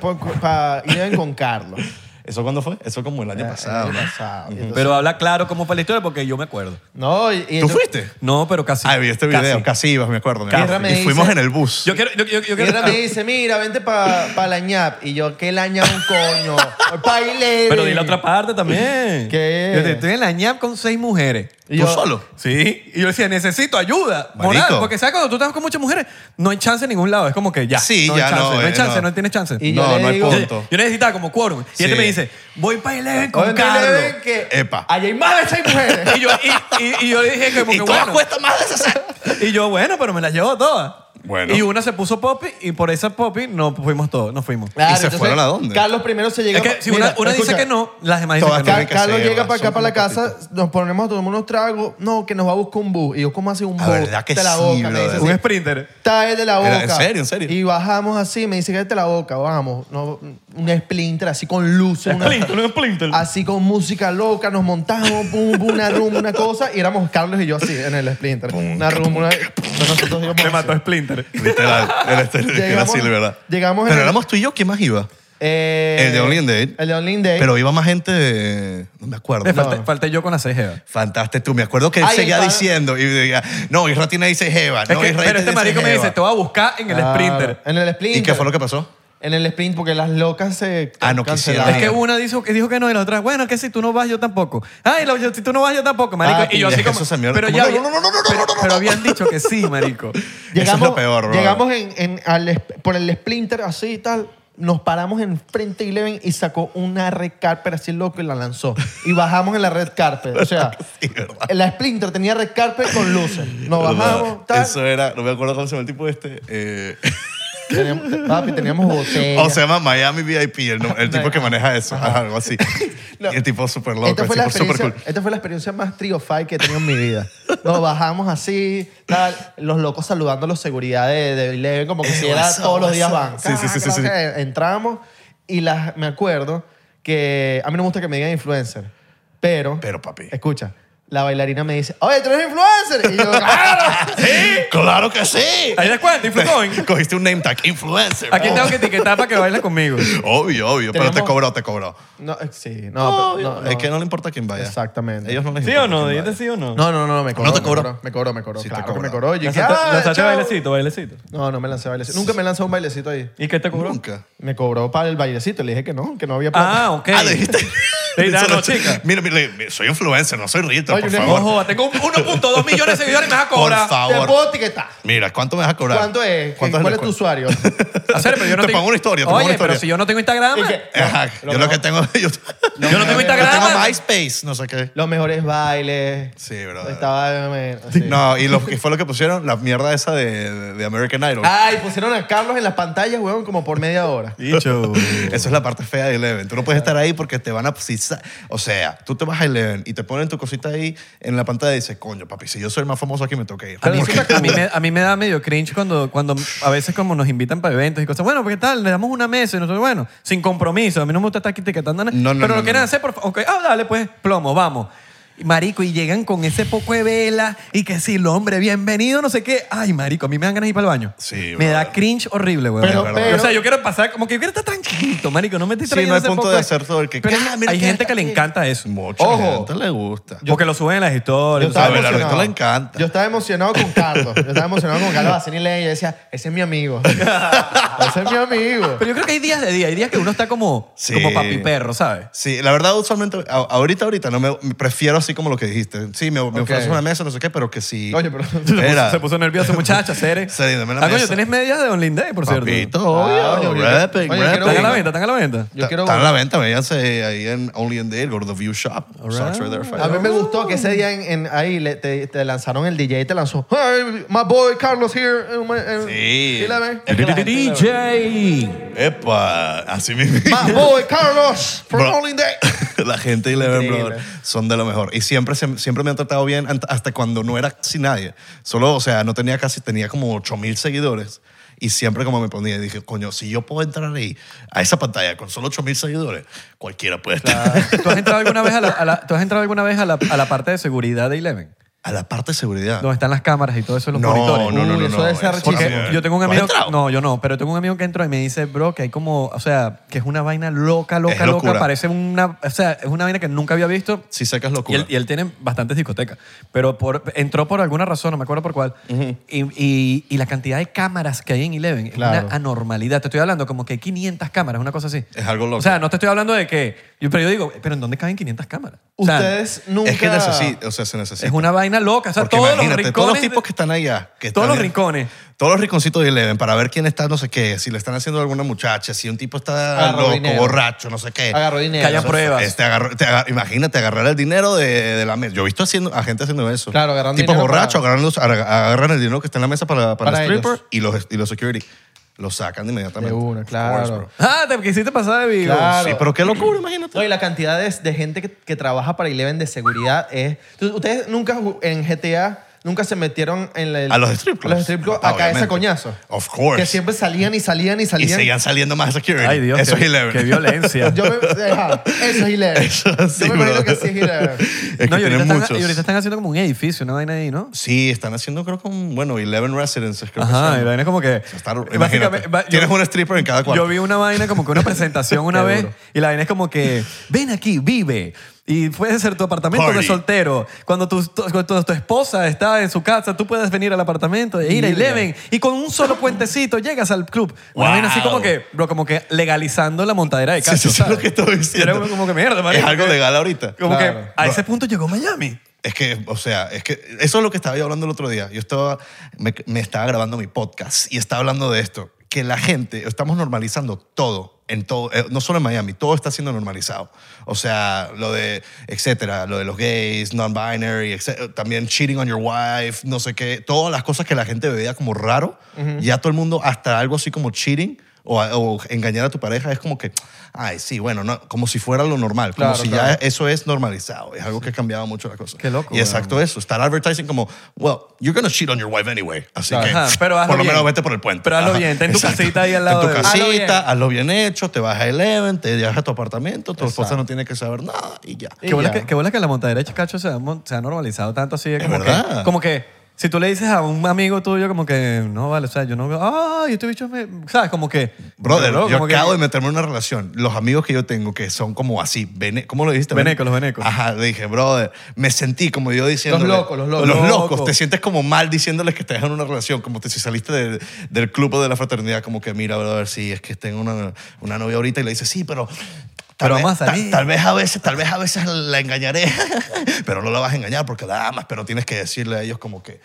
con Carlos. ¿Eso cuándo fue? Eso como el año pasado. El ¿no? año pasado. Y entonces- Pero habla claro cómo fue la historia porque yo me acuerdo. no, y, y ¿Tú yo- fuiste? No, pero casi. Ah, vi este casi. video, casi, ibas, me acuerdo. me Casi. acuerdo. Me Y fuimos dice- en el bus. Yo quiero, yo, yo, yo Y quiero. Ah, ella me dice, mira, vente para la ñap. Y yo, ¿qué la ñap un coño? Baile. Pero di la otra parte también. ¿Qué? Yo te- estoy en la ñap con seis mujeres. ¿Tú yo- solo? Sí. Y yo decía, necesito ayuda. Marico. Moral. Porque sabes cuando tú estás con muchas mujeres, no hay chance en ningún lado. Es como que ya. Sí, hay ya chance, no, No hay eh, chance, no. no, tienes chance. Y yo no, le no hay digo- punto. Yo necesitaba como quórum. Y él Sí. me dice, voy para Eleven Oye, con ¿dónde le Carlos. ven que Epa. Allá hay más de seis mujeres. Y yo, y, y- y yo le dije como que y todas bueno. cuestan más de 60. Y yo, bueno, pero me las llevo todas. Bueno. Y una se puso poppy y por esa poppy no fuimos todos, no fuimos. ¿Y se fueron a dónde? Carlos primero se llega. Es que si Mira, una, una dice escucha, que no, las demás Todas dicen que no. Ca- tienen que Carlos ser, llega son para acá, para la como casa, nos ponemos a tomar unos tragos. No, que nos va a buscar un bus. Y yo, ¿cómo hace un La bus? verdad que Te la sí, boca, me brother. dice Un así. sprinter. Está él de la Era- boca. en serio, en serio. Y bajamos así, me dice que te la boca, vamos. No, un splinter así con luces. una- un splinter. así con música loca, nos montamos, pum, pum, una rumba, una cosa. Y éramos Carlos y yo así en el splinter. Una rumba, una. Nosotros íbamos Me mató así. Splinter. Literal, era, este- era Llegamos- así, de verdad. llegamos en Pero el- éramos tú y yo, ¿quién más iba? Eh, El de Only in Date. El de Only in Date. Pero iba más gente de... No me acuerdo. Le falté, falté yo con las seis jevas. Fantaste tú. Me acuerdo que él Ay, seguía el pan- diciendo. Y decía, no, Isra tiene dice jeva. Es No, que- Isra pero dice este marico me jeva". dice, te voy a buscar en el Claro, sprinter. En el splinter. ¿Y qué fue lo que pasó? En el sprint, porque las locas se. Ah, no cancelaron. quisieron. Es que una dijo que, dijo que no y la otra, bueno, que si tú no vas, yo tampoco. Ay, la- si tú no vas, yo tampoco, marico. Ah, y yo es así que como, eso se mierda. pero Como, ya, no, no, no, no, no, pero, no, no, no. pero habían dicho que sí, marico. Llegamos, Eso es lo peor, bro. Llegamos en, en- al sp- por el splinter así y tal. Nos paramos en frente de Eleven y sacó una red carpet así loco y la lanzó. Y bajamos en la red carpet. O sea, Sí, ¿verdad? la Splinter tenía red carpet con luces. Nos bajamos, tal. Eso era... No me acuerdo cómo se llama el tipo este. eh, Teníamos, papi, teníamos botellas. o se llama Miami VIP, el, no- el tipo que maneja eso. ajá, algo así. No. Y el tipo súper loco. Esta fue, el la tipo súper experiencia, cool. esta fue la experiencia más triofai que he tenido en mi vida. Nos bajamos así, tal, los locos saludando a los seguridad de, de Eleven, como que Eh, si era guaso, todos los días guaso. van. Sí, sí, sí, sí, sí. Entramos y las, me acuerdo que a mí no me gusta que me digan influencer, pero, Pero, papi. escucha, la bailarina me dice, oye, tú eres influencer. Y yo, claro. ¿Sí? ¡Claro que sí! ¿Te das cuenta? Influcoin. Cogiste un name tag, influencer. Aquí tengo que etiquetar para que bailes conmigo. Obvio, obvio, pero te Tenemos- cobró, te cobró. No, eh, sí, no, pero- no, no. Es que no le importa quién vaya. Exactamente. Ellos no les ¿Sí o importa no? quién Dijiste vaya. sí o no. No, no, no, me cobró. ¿No te me cobró? Me cobró, me cobró. Sí te claro que cobró. me cobró. Yo dije, Lanzaste, "Ah, lanzaste chao". bailecito, bailecito. No, no me lancé bailecito. Nunca me lancé un bailecito ahí. ¿Y qué te cobró? Nunca. Me cobró para el bailecito. Le dije que no, que no había plata. Ah, ok. Ah, le dijiste. Sí, no, Se lo- no, chica. Mira, mira, mira, soy influencer, no soy Rita, Oye, por una- favor. Ojo, tengo un 1.2 millones de seguidores y me vas a Por cobrar. Te favor. puedo etiquetar. Mira, ¿cuánto me vas a cobrar? ¿Cuánto es? ¿Cuánto ¿Cuál la es tu cuenta? usuario? En Ah, serio, pero yo no Te pongo una historia, te Oye, pongo una pero historia. si yo no tengo Instagram, Y que- Ajá, Yo lo que tengo. Yo, yo no tengo yo Instagram. tengo MySpace, no sé qué. Los mejores bailes. Sí, bro. Estaba... me- así. No, y lo que fue lo que pusieron, la mierda esa de, de American Idol. Ay, pusieron a Carlos en las pantallas, weón, como por media hora. Dicho. Eso es la parte fea de Eleven. Tú no puedes estar ahí porque te van a... si sa- o sea, tú te vas a Eleven y te ponen tu cosita ahí en la pantalla y dices, coño, papi, si yo soy el más famoso aquí me toca ir. A mí, Porque- a, mí me, a mí me da medio cringe cuando, cuando a veces como nos invitan para eventos y cosas. Bueno, ¿qué tal? Le damos una mesa y nosotros, bueno, sin compromiso. A mí no me gusta estar aquí etiquetando nada. No, no, pero no, lo no, quieren no. hacer, por favor. Ok, ah, dale pues, plomo, vamos. Y, Marico, y llegan con ese poco de vela y que sí, el hombre, bienvenido, no sé qué. Ay, marico, a mí me dan ganas de ir para el baño. Sí, Me da brother. cringe horrible, weón. Pero- Es verdad. Pero- pero- o sea, yo quiero pasar, como que yo quiero estar tranquilito, marico. No me estoy Sí, no trayendo hay ese punto poco de hacer todo el que- Pero Ah, mira hay que gente está que le aquí. encanta eso. Mucha Ojo. gente le gusta. Porque lo suben en las historias. Yo tú sabes. estaba sabes, a Belardo emocionado. le encanta. Yo estaba emocionado con Carlos. Yo estaba emocionado con Carlos Bacini Ley. Yo decía, ese es mi amigo. ese es mi amigo. Pero yo creo que hay días de día, hay días que uno está como, Sí. como papi perro, ¿sabes? Sí, la verdad, usualmente, a- ahorita, ahorita, no me, me prefiero así como lo que dijiste. Sí, me, me ofreces una mesa, no sé qué, pero que sí. Coño, pero- Se puso- Era, Se puso nervioso, muchacha, Cere. Sí, dame la ah, coño, mesa. tenés medias de Only Day, por cierto. papito, Ah, obvio, oye, yo- rapping, oye, rapping. quiero- Están a la venta, están a la venta. Yo quiero Está está a uno. la venta, véanse ahí en Only in Dale, go to the View Shop. Socks right there, fire. A mí me gustó que ese día en, en- ahí le- te, te lanzaron el DJ y te lanzó, hey, my boy Carlos here. eh, my- eh, Sí. y la ven. DJ. Epa, así mismo. My boy Carlos from Bro. All in Day. La gente y Leven Increíble. Brother son de lo mejor. Y siempre, se- siempre me han tratado bien ant- hasta cuando no era casi nadie. Solo, o sea, no tenía casi, tenía como 8 mil seguidores. Y siempre como me ponía, dije, coño, si yo puedo entrar ahí, a esa pantalla, con solo 8 mil seguidores, cualquiera puede estar. ¿Tú has entrado alguna vez a la, a la- ¿tú has entrado alguna vez a la, a la parte de seguridad de Eleven? A la parte de seguridad. Donde están las cámaras y todo eso, los monitores. Uy, eso debe ser Porque también. yo tengo un ¿Tú has amigo. entrado? No, yo no, pero tengo un amigo que entró y me dice, bro, que hay como. O sea, que es una vaina loca, loca, locura. loca. Parece una. O sea, es una vaina que nunca había visto. Si sacas Y locura. él, y él tiene bastantes discotecas, pero por, entró por alguna razón, no me acuerdo por cuál. y, y- y la cantidad de cámaras que hay en Eleven es Claro. una anormalidad. Te estoy hablando como que hay 500 cámaras, una cosa así. Es algo loco. O sea, no te estoy hablando de que. yo- Pero yo digo, ¿pero en dónde caben 500 cámaras? O sea, Ustedes nunca... Es que necesita, o sea, se necesita. es una vaina loca. O sea, Porque todos los imagínate, rincones. todos los de- tipos que están allá. Que todos están los en- rincones. Todos los rinconcitos de Eleven para ver quién está, no sé qué, si le están haciendo a alguna muchacha, si un tipo está Agarró loco, dinero. borracho, no sé qué. Agarró dinero. Que haya pruebas. Este, agarró- te agar- imagínate agarrar el dinero de, de la mesa. Yo he visto haciendo, a gente haciendo eso. Claro, agarran Tipos dinero borrachos agarran, los- agar- agarran el dinero que está en la mesa para, para, Para el stripper ellos. y los, y los security. Lo sacan inmediatamente. De una, Of claro. bro. Ah, te quisiste pasar de vivo. Claro. Sí, pero qué locura, imagínate. No, y la cantidad de, de gente que, que trabaja para Eleven de seguridad es... Entonces, Ustedes nunca ju- en GTA... Nunca se metieron en la- A los strip clubs. a los strip clubs a Obviamente. caerse a coñazo. Of course. Que siempre salían y salían y Y salían. seguían saliendo más security. Ay, Dios. Eso qué, es Eleven. Qué violencia. Yo me, ajá, eso es Eleven. Eso sí, Yo me imagino bro. que sí es Eleven. Es que No, y ahorita tienen están- muchos. y ahorita están haciendo como un edificio, una vaina ahí, ¿no? Sí, están haciendo creo que un, bueno, 11 residences creo que Ajá, se y llama. la vaina es como que. Está- básicamente, imagínate, va- yo- tienes un stripper en cada cuarto. Yo vi una vaina como que una presentación una vez y la vaina es como que ven aquí, vive. Y puede ser tu apartamento de Party. soltero. Cuando tu, tu- cuando tu esposa está en su casa, tú puedes venir al apartamento de ir a Eleven y con un solo puentecito llegas al club. Una Wow. vaina así como que, bro, como que legalizando la montadera de Sí, cachos. sí, sí, ¿sabes? lo que estoy diciendo. Era como que mierda, marico, es algo que- legal ahorita. Como Claro. que a ese punto llegó Miami. Es que, o sea, es que eso es lo que estaba yo hablando el otro día. Yo estaba, me, me estaba grabando mi podcast y estaba hablando de esto, que la gente, estamos normalizando todo, en todo, eh, no solo en Miami, todo está siendo normalizado. O sea, lo de, etcétera, lo de los gays, non-binary, etcé- también cheating on your wife, no sé qué, todas las cosas que la gente veía como raro, ya todo el mundo, hasta algo así como cheating. O, o engañar a tu pareja es como que, ay, sí, bueno, no, como si fuera lo normal, como Claro, si claro. ya eso es normalizado, es algo que ha cambiado mucho la cosa. Qué loco, Y exacto eso, estar advertising como, well, you're gonna cheat on your wife anyway, así que Ajá, pero hazlo por lo bien. menos vete por el puente. Pero hazlo bien, ten tu casita ahí al lado En tu de- casita, Hazlo hazlo bien. bien. hecho, te vas a Eleven, te llevas a tu apartamento, tu esposa no tiene que saber nada y ya. Y Qué bola, ya. que, qué bola que la montadera de Chicacho se ha, mon- se ha normalizado tanto así. de Como que, verdad. como que, si tú le dices a un amigo tuyo como que, no, vale, o sea, yo no... Ay, este bicho me... ¿Sabes? Como que... Brother, Pero, yo como que- acabo de meterme en una relación. Los amigos que yo tengo que son como así, vene- ¿cómo lo dijiste? Venecos, los venecos. Ajá, le dije, brother, me sentí como yo diciendo. locos, los locos. Los locos, Locos. te sientes como mal diciéndoles que estás en una relación, como te, si saliste del, del club o de la fraternidad, como que mira, brother, sí, es que tengo una, una novia ahorita y le dices, sí, pero. Tal Pero vez, vamos a tal- salir. Tal, vez a veces, tal vez a veces la engañaré, pero no la vas a engañar porque la amas, pero tienes que decirle a ellos como que,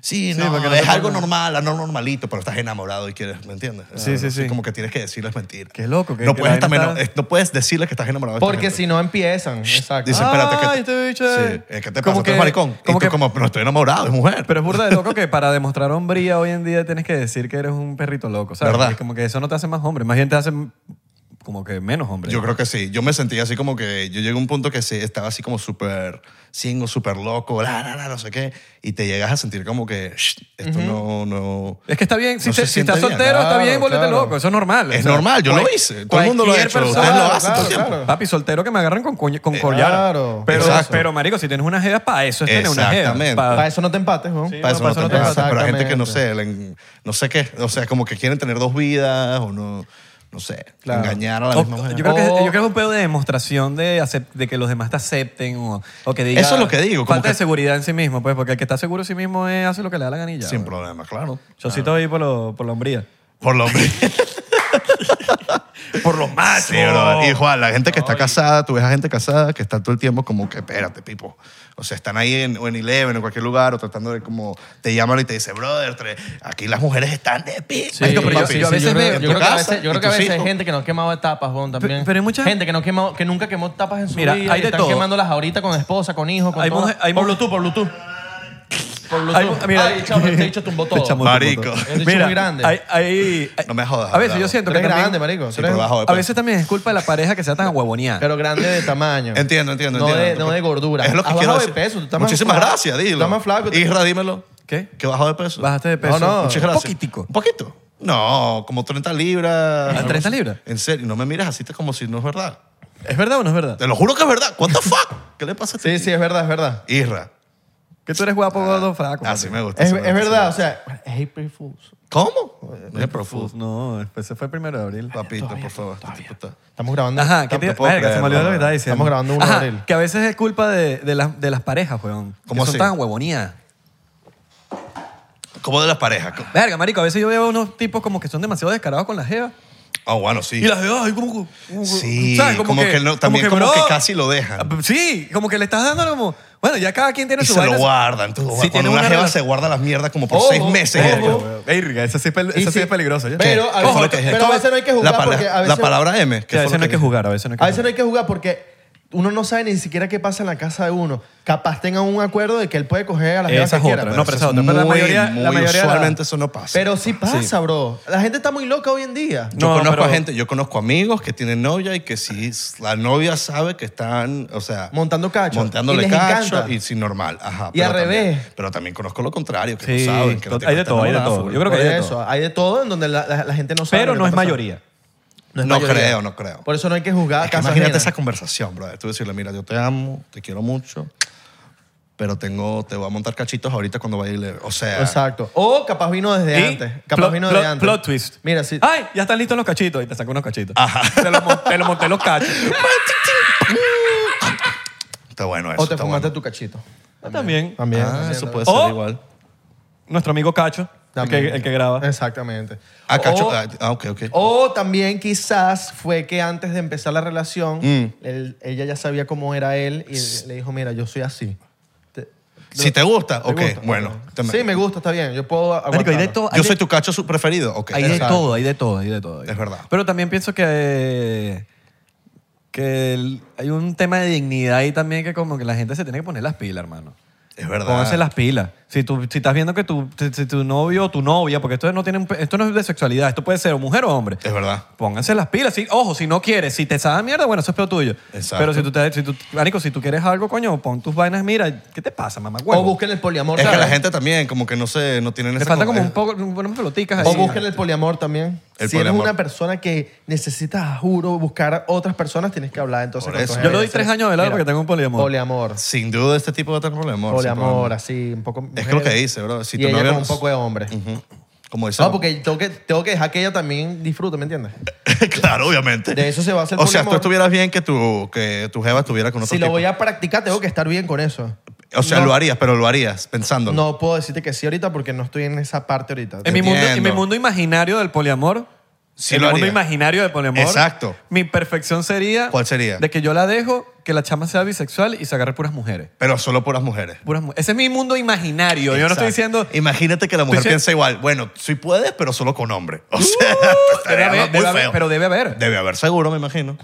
sí, no, porque no es te algo pongan- normal, ah, no normalito, pero estás enamorado y quieres, ¿me entiendes? Sí, Ah, sí, así sí. Como que tienes que decirles mentiras. Qué loco, que- no, que puedes la vaina también- está- es- no puedes decirles que estás enamorado. de esta Porque gente. si no empiezan. Exacto. Dice, Ah, espérate, que este bicho es- Sí, eh, ¿qué te como pasa? ¿Tú eres que- maricón? y tú como que- como, no, estoy enamorado, es mujer. Pero es burda de loco que para demostrar hombría hoy en día tienes que decir que eres un perrito loco, ¿sabes? ¿Verdad? Es como que eso no te hace más hombre, más bien te hace como que menos hombre. yo creo que sí. Yo me sentía así como que yo llegué a un punto que sí, estaba así como súper singo, súper loco, la, la, la, no sé qué. Y te llegas a sentir como que "Shh, esto no, no... Es que está bien, si, No te- se si siente estás bien. soltero, está Claro, bien, vuélvete claro. loco, eso es normal. Es O sea, normal, yo lo hice. Todo el mundo lo ha cualquier hecho. Ustedes persona, lo hacen todo el claro, tiempo. claro. Papi, soltero que me agarran con, coño- con collar. claro. Pero, Exacto. pero, marico, si tienes una jeva, para eso es tener una jeva. Exactamente. Pa- Para eso no te empates, ¿no? Sí. Para eso no te Bueno, para eso no pasa. te Pero hay pasa. gente que no sé, le- no sé qué, o sea, como que quieren tener dos vidas o no, no sé, Claro. engañar a la o- misma yo, mujer. creo que es, O- yo creo que es un pedo de demostración de, acep- de que los demás te acepten o, o que diga- Eso es lo que digo, como Falta que- de seguridad en sí mismo, pues, porque el que está seguro de sí mismo es- hace lo que le da la ganilla. Sin problema, claro. Chocito ahí por, lo- por la hombría. Por los Por los machos. Sí, bro. Y Juan, la gente que está casada, tú ves a gente casada que está todo el tiempo como que, espérate, pipo. O sea, están ahí en, o en Eleven, en cualquier lugar, o tratando de como, te llaman y te dicen, brother, tre- aquí las mujeres están de pico. Sí, Marico, pero yo- papi, yo a si veces no- veo- en tu yo creo que a casa veces- yo creo y que a tus veces hay hijos. gente que no quemaba tapas, bon, también. pero hay mucha- gente que no quemó, que nunca quemó tapas en su Mira, vida hay y de están todo. quemándolas ahorita con esposa, con hijos, con Hay todo. mujer- hay por mu- Bluetooth, por Bluetooth. Por Bluetooth. Hay- mira, Ay, chamo, este bicho tumbó todo. Te chamo- Marico. Es un bicho Mira, muy grande. Hay, hay- hay- No me jodas, A veces claro. yo siento Tú que eres también, grande, marico. Sí, Tú eres- por bajo de A peso. veces también es culpa de la pareja que sea tan aguaboneada. Pero grande de tamaño. Entiendo, entiendo, No entiendo. de- no de gordura. Es lo que Has quiero bajado de decir. peso, tú estás más Muchísimas flaco. gracias, dilo. Estás más flaco. Isra, dímelo. ¿Qué? ¿Que bajó de peso? Bajaste de peso. No, no. Muchas Un gracias. poquitico. ¿Un poquito? No, como 30 libras. ¿Ah, 30 libras? En serio, no me miras así te- como si no es verdad. ¿Es verdad o no es verdad? Te lo juro que es verdad. ¿What the fuck? ¿Qué le pasa a este ti? Sí, sí, es verdad, es verdad. Isra. Que tú eres guapo, gordo, flaco. Así Ah, me gusta. Es, así es me gusta. verdad, o sea, es April Fools. ¿Cómo? No es Uf, profundo. No, ese fue el primero de abril. Papito, por favor. este tipo está- Estamos grabando. Ajá, ¿qué No te, te puedo verga, se creer, me olvidó no, lo que estaba diciendo. estamos grabando uno de Ajá, abril. Que a veces es culpa de, de, las, de las parejas, weón. ¿Cómo que así? son tan huevonías. Como de las parejas. co- Verga, marico, a veces yo veo unos tipos como que son demasiado descarados con las jevas. Ah, bueno, sí. Y las jevas, ay, como que... como que- Sí, como que no- también como que casi lo dejan. Ah, Sí, como que le estás dando como... Bueno, ya cada quien tiene Y su se lo vaina. guardan. tú. Si tiene Cuando una una jeva rela- se guarda las mierdas como por Ojo, seis meses. eh. ojo. Verga, esa sí es, pel- Y esa sí sí. es peligrosa. ya. Pero a ¿Qué fue veces, lo que dije? pero a veces no hay que jugar la, pala- porque a la veces, palabra M. ¿qué Sí, a fue lo veces no hay que dije? jugar, a veces no hay que a veces jugar. no hay que jugar porque uno no sabe ni siquiera qué pasa en la casa de uno. Capaz tengan un acuerdo de que él puede coger a las Esa jevas que es quiera. otra, pero- no, pero esa eso otra. es Pero la muy, mayoría- la muy mayoría de la- usualmente eso no pasa. Pero sí pasa, bro. La gente está muy loca hoy en día. Yo No, conozco a pero- gente, yo conozco amigos que tienen novia y que si la novia sabe que están, o sea, Montando cacho. Y montándole les cacho encanta. y sin normal, ajá. Y al también- revés. pero también conozco lo contrario, que Sí, no saben, que no to- tienen hay de que todo, hay de estar todo. enamorada, Yo creo que Por hay de eso, todo. hay de todo en donde la, la- la gente no sabe. Pero lo que no es está pasando. mayoría. No, es No mayoría. creo, no creo. Por eso no hay que juzgar. Es que casas imagínate ajenas. esa conversación, brother. Tú decirle, mira, yo te amo, te quiero mucho, pero tengo, te voy a montar cachitos ahorita cuando vaya a ir. O sea, Exacto. O capaz vino desde Y antes. Capaz plot- vino plot- desde antes. Plot twist. Ah, Mira, sí. Ay, ya están listos los cachitos. Y te saco unos cachitos. Ajá. Te lo, mon- te lo monté los cachos. está bueno eso. o te está fumaste bueno. tu cachito. También. También. Ah, eso puede ser Oh. O- igual. Nuestro amigo Cacho, el que, También. el que graba. Exactamente. Ah, cacho. O- ah, ok, ok. O también quizás fue que antes de empezar la relación, Mm. él- ella ya sabía cómo era él y le dijo, mira, yo soy así. Te- si te gusta, ok, gusta? bueno. te- Sí, me gusta, está bien. Yo puedo aguantarlo. Marico, hay de todo. hay Yo de- soy tu cacho su- preferido. ok. Hay de Exacto. todo, hay de todo, hay de todo. Es verdad. Pero también pienso que. que el- hay un tema de dignidad ahí también que como que la gente se tiene que poner las pilas, hermano. Es verdad. Pónganse las pilas. Si tú si estás viendo que tu, si- si tu novio o tu novia, porque esto no, tiene un pe- esto no es de sexualidad, esto puede ser o mujer o hombre. Es verdad. Pónganse las pilas. Sí, ojo, si no quieres, si te sabe mierda, bueno, eso es peor tuyo. Exacto. Pero si tú, te, si tú, marico, si tú quieres algo, coño, pon tus vainas, mira, ¿qué te pasa, mamá? O huevo? busquen el poliamor. Es que ¿sabes? la gente también, como que no se, no tienen Le esa falta como con- un poco, unas peloticas ahí. O busquen el poliamor también. El si poliamor. eres una persona que necesitas, juro, buscar otras personas, tienes que hablar entonces. Por con tu eso. jefe Yo le y doy decirle, tres años de lado "Mira, porque tengo un poliamor. Poliamor. Sin duda este tipo de tener problemas. Poliamor, así, un poco Es mujer, que lo que dice, bro. Si y tu ella novio con un poco de hombre. Ujú. Como dice. No, porque tengo que, tengo que dejar que ella también disfrute, ¿me entiendes? claro, obviamente. De eso se basa el O sea, tú poliamor. estuvieras bien que tu, que tu jeva estuviera con otro Si lo tipo. voy a practicar, tengo que estar bien con eso. O sea, no. lo harías, pero lo harías pensándolo. No puedo decirte que sí ahorita porque no estoy en esa parte ahorita. Em- En mi, mundo, en mi Entiendo. mundo imaginario del poliamor, Sí en lo mi mundo haría. imaginario del poliamor, Exacto. mi perfección sería... ¿Cuál sería? De que yo la dejo, que la chama sea bisexual y se agarre puras mujeres. Pero solo por las mujeres. Puras mu- Ese es mi mundo imaginario. Yo no estoy Exacto. diciendo... Imagínate que la mujer dici- piensa igual. Bueno, sí puedes, pero solo con hombre. O sea, Debe estaría haber, muy debe haber, feo. pero debe haber. Debe haber seguro, me imagino.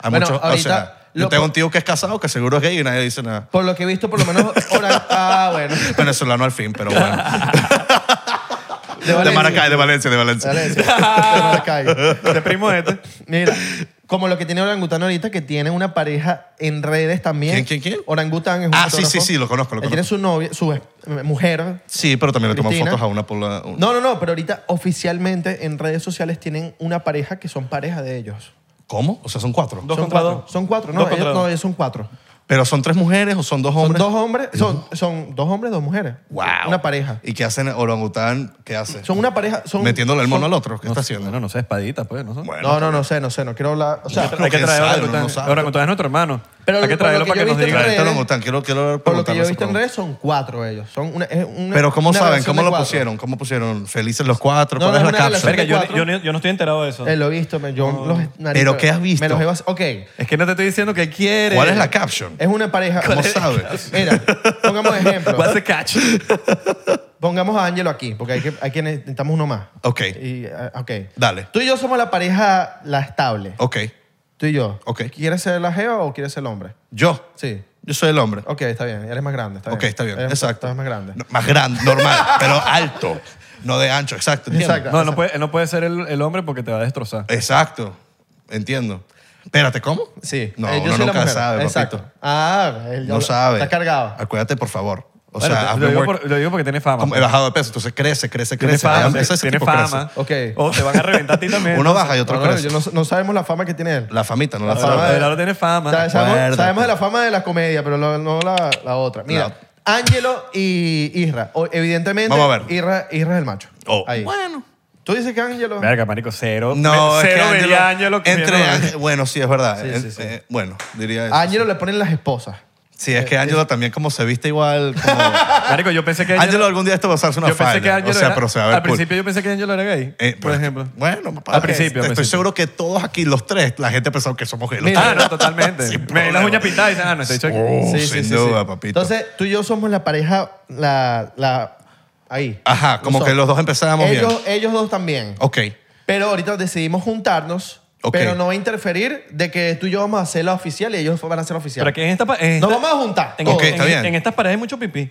Hay Bueno, muchos- ahorita o sea, yo lo- tengo un tío que es casado que seguro es gay y nadie dice nada. Por lo que he visto, por lo menos... oral- ah, bueno. Venezolano al fin, pero bueno. de Valencia. Maracay, de Valencia, de Valencia. Dale, sí. No me caigo. Te primo este. Mira, como lo que tiene Orangután ahorita, que tiene una pareja en redes también. ¿Quién, quién, quién? Orangután es un Ah, sí, fotógrafo. sí, sí, lo conozco, lo Él tiene su novia, su eh, mujer. Sí, pero también le toman Cristina. fotos a una por la... un- No, no, no, pero ahorita oficialmente en redes sociales tienen una pareja que son pareja de ellos. ¿Cómo? O sea, son cuatro. Dos son contra cuatro. dos. Son cuatro, no, Dos ellos, contra no, dos. ellos son cuatro. ¿Pero son tres mujeres o son dos hombres? Son dos hombres, son, son dos hombres, dos mujeres. ¡Wow! Una pareja. ¿Y qué hacen orangután? ¿Qué hacen? Son una pareja, son... Metiéndole el mono al otro. ¿Qué No, está haciendo? Bueno, no sé, espadita, pues. No sé. Bueno, No, no, no sé, no sé, no quiero hablar... O Yo sea, creo Hay que que traer sabe, orangután. no sabe. Orangután es nuestro hermano. Pero Hay que por lo traerlo que para yo que he nos visto en diga. Traerte redes- este orangután. Quiero, quiero eh, por lo que yo he preguntarle visto en eso. redes son cuatro ellos. Son una, es una- Pero ¿cómo una saben? relación ¿Cómo de lo cuatro. pusieron? ¿Cómo pusieron? ¿Felices los cuatro? No, ¿Cuál no, es es la una cápsula? Verga, yo, cuatro. yo ni- yo no estoy enterado de eso. Eh, lo he visto, me, yo los narices- ¿Pero qué has visto? Me los he vaci- ok, Es que no te estoy diciendo que quiere. ¿Cuál es la caption? es una pareja. ¿Cómo Mira, sabes? Mira, pongamos ejemplo. What's the catch? Pongamos a Ángelo aquí, porque hay que, hay que necesitamos uno más. Ok. Y, ah, ok. Dale. Tú y yo somos la pareja, la estable. Ok. Tú y yo. Ok. ¿Quieres ser la geo o quieres ser el hombre? Yo. Sí. Yo soy el hombre. Ok, está bien. Eres más grande. Está Ok, bien. está bien. Eres- Exacto. Estás más grande. No, más grande, normal, pero alto. No de ancho, exacto. ¿entiendes? Exacto. No, no puede, no puede ser el, el hombre porque te va a destrozar. Exacto. Entiendo. Espérate, ¿cómo? Sí. No, Eh, uno soy la nunca mujer. sabe, Exacto. papito. Ah, él- No sabe. Está cargado. Acuérdate, por favor. O Bueno, sea, te- hazme lo, digo work- por- lo digo porque tiene fama. como he bajado de peso, entonces crece, crece, Tiene crece. fama. Ese- ese tiene tipo crece. fama. Ok. O te van a reventar a ti también. Uno baja y otro No, no, crece. yo no, no sabemos la fama que tiene él. La famita, no la, La fama. fama de- Abelardo tiene fama. O sea, sabemos, Acuérdate. sabemos de la fama de la comedia, pero lo- no la, la otra. Mira, Ángelo y Isra. O- evidentemente, Vamos a ver. Isra, Isra es el macho. Oh, Ahí. Bueno. Tú dices que Ángelo... Verga, marico, cero. No, me- es que cero Ángelo- vería a Ángelo comiendo entre la- Ángel- Bueno, sí, es verdad. Sí, En- sí, sí. eh, bueno, diría eso. A Ángelo le ponen las esposas. Sí, es que eh, Ángelo también como se viste igual. Como... Marico, yo pensé que Ángelo algún día esto va a usarse una yo pensé que falda. Ángelo O sea, era- pero se va a ver pues, Al cool. principio yo pensé que Ángelo era gay, Eh, por pues, ejemplo. Bueno, papá. Al principio, al Estoy principio. seguro que todos aquí, los tres, la gente pensó que somos gays. los Ah, tres. no, totalmente. Sin Me di las problema. uñas pintadas y dicen, ah, no, estoy hecho aquí. Oh, Sí, sí, sin sí, sí. duda, papito. Entonces, tú y yo somos la pareja, la... la ahí. Ajá, como que los dos empezábamos ellos, bien. ellos dos también. Ok. Pero ahorita decidimos juntarnos, Ok. pero no va a interferir de que tú y yo vamos a hacer la oficial y ellos van a hacer la oficial. Pero aquí en esta... pa- en Nos esta- vamos a juntar. en- todos. Ok, está en- bien. En estas paredes hay mucho pipí.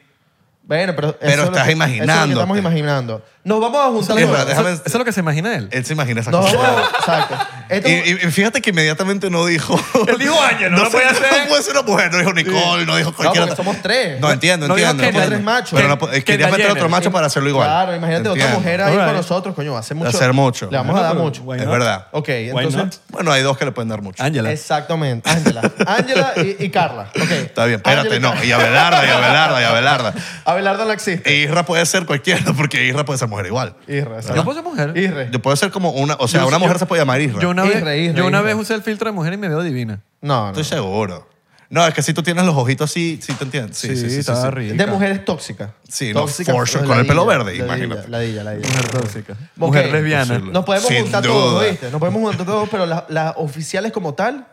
Bueno, pero, eso Pero es lo estás que- Eso es lo imaginándote. que estamos imaginando. Nos vamos a juntar. Es los dos. verdad, Eso, Déjame- eso es lo que se imagina él. Él se imagina esa Nos cosa. vamos a Exacto. Esto- Y, y- y fíjate que inmediatamente no dijo. Él dijo Ángel, no lo sé, puede hacer. No puede ser una mujer, no dijo Nicole, no dijo cualquiera. porque somos tres. No entiendo, No dijo entiendo. que entiendo. tres machos. Pero no, Que- po- eh, que querías meter Diana, otro macho para hacerlo igual. Claro, imagínate otra Entiendo. mujer ahí Alright. con nosotros, coño. Hace mucho. hacer mucho. Le vamos a Bueno, dar pero- mucho. Why Es not? verdad. Ok, Why entonces. not? Bueno, hay dos que le pueden dar mucho. Ángela. Exactamente. Ángela. Ángela y, y Carla. Ok. Ah, Está bien, espérate, Ángela no. Y Abelarda, y Abelarda, y Abelarda. Abelardo no existe. E Isra puede ser cualquiera, porque Isra puede ser mujer igual. Irre, exacto. Yo puedo ser mujer. Irre. Yo puedo ser como una. O sea, Yo- una yo- mujer se puede llamar Isra. Yo una, Isra, vez, Isra, yo una Isra. vez usé el filtro de mujer y me veo divina. No, no. Estoy seguro. No, es que si tú tienes los ojitos, sí, sí te entiendes. Sí, sí, sí. sí, estaba sí. rica. De mujeres tóxicas. Sí, no, Tóxicas, for sure, pero con el pelo ladilla, verde, ladilla, imagínate. Ladilla, ladilla. Mujer tóxica. Ok. Mujer lesbiana. Imposible. Nos podemos Sin juntar todos, duda. ¿viste? Nos podemos juntar todos, pero las, las oficiales como tal,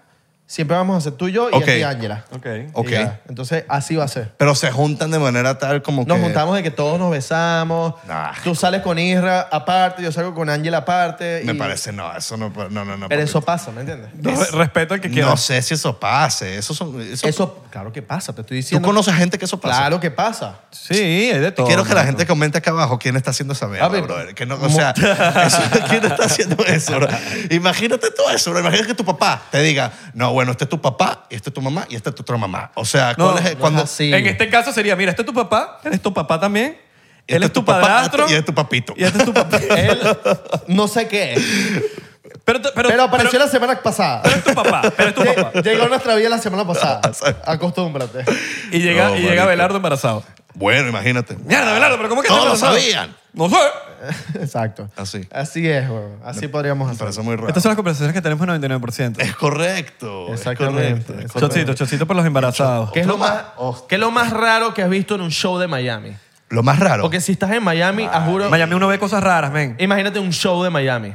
siempre vamos a ser tú y yo y Ok. aquí Ángela. Ok. Ok. Y ya. Entonces, así va a ser. Pero se juntan de manera tal como Nos que. juntamos de que todos nos besamos. Nah. Tú sales con Isra aparte, yo salgo con Ángela aparte. Me y- parece, no, eso no. No, no, no. Pero eso papito. pasa, ¿me entiendes? Re- Respeto al que quiera. No sé si eso pase. Eso son. Eso, Eso, claro que pasa, te tú estoy diciendo. conoces gente que eso pasa. Claro que pasa. Sí, es de todo. Quiero que la marico. gente comente acá abajo quién está haciendo esa mierda, Papi, brother. Que no, o sea, eso- ¿quién está haciendo eso? bro? Imagínate todo eso, bro. Imagínate que tu papá te diga, no, bueno, este es tu papá, y este es tu mamá, y esta es tu otra mamá. O sea, No, ¿cuál es, no el- cuando, es así. Sí. En este caso sería, mira, este es tu papá, él es tu papá también, Este él es es tu, tu papá, padrastro y este es tu papito. Y este es tu papá. Él, no sé qué es, pero, te- pero, pero apareció pero- la semana pasada. pero es tu papá, pero es tu papá. Llegó a nuestra vida la semana pasada. Acostúmbrate. Y llega, No, y marico. llega Belardo embarazado. Bueno, imagínate. Mierda, Belardo, pero ¿cómo que este Todos estás lo embarazada? sabían. No sé. Exacto. Así. Así es, huevón. Así podríamos Me parece hacerlo. muy raro. Estas son las conversaciones que tenemos en 99%. Es correcto. Es Exactamente, correcto. es correcto. Chocito, chocito por los embarazados. ¿Qué es, lo Otro más, ¿Qué es lo más raro que has visto en un show de Miami? Lo más raro. Porque si estás en Miami, a juro, En Ah, Miami uno ve cosas raras, men. imagínate un show de Miami.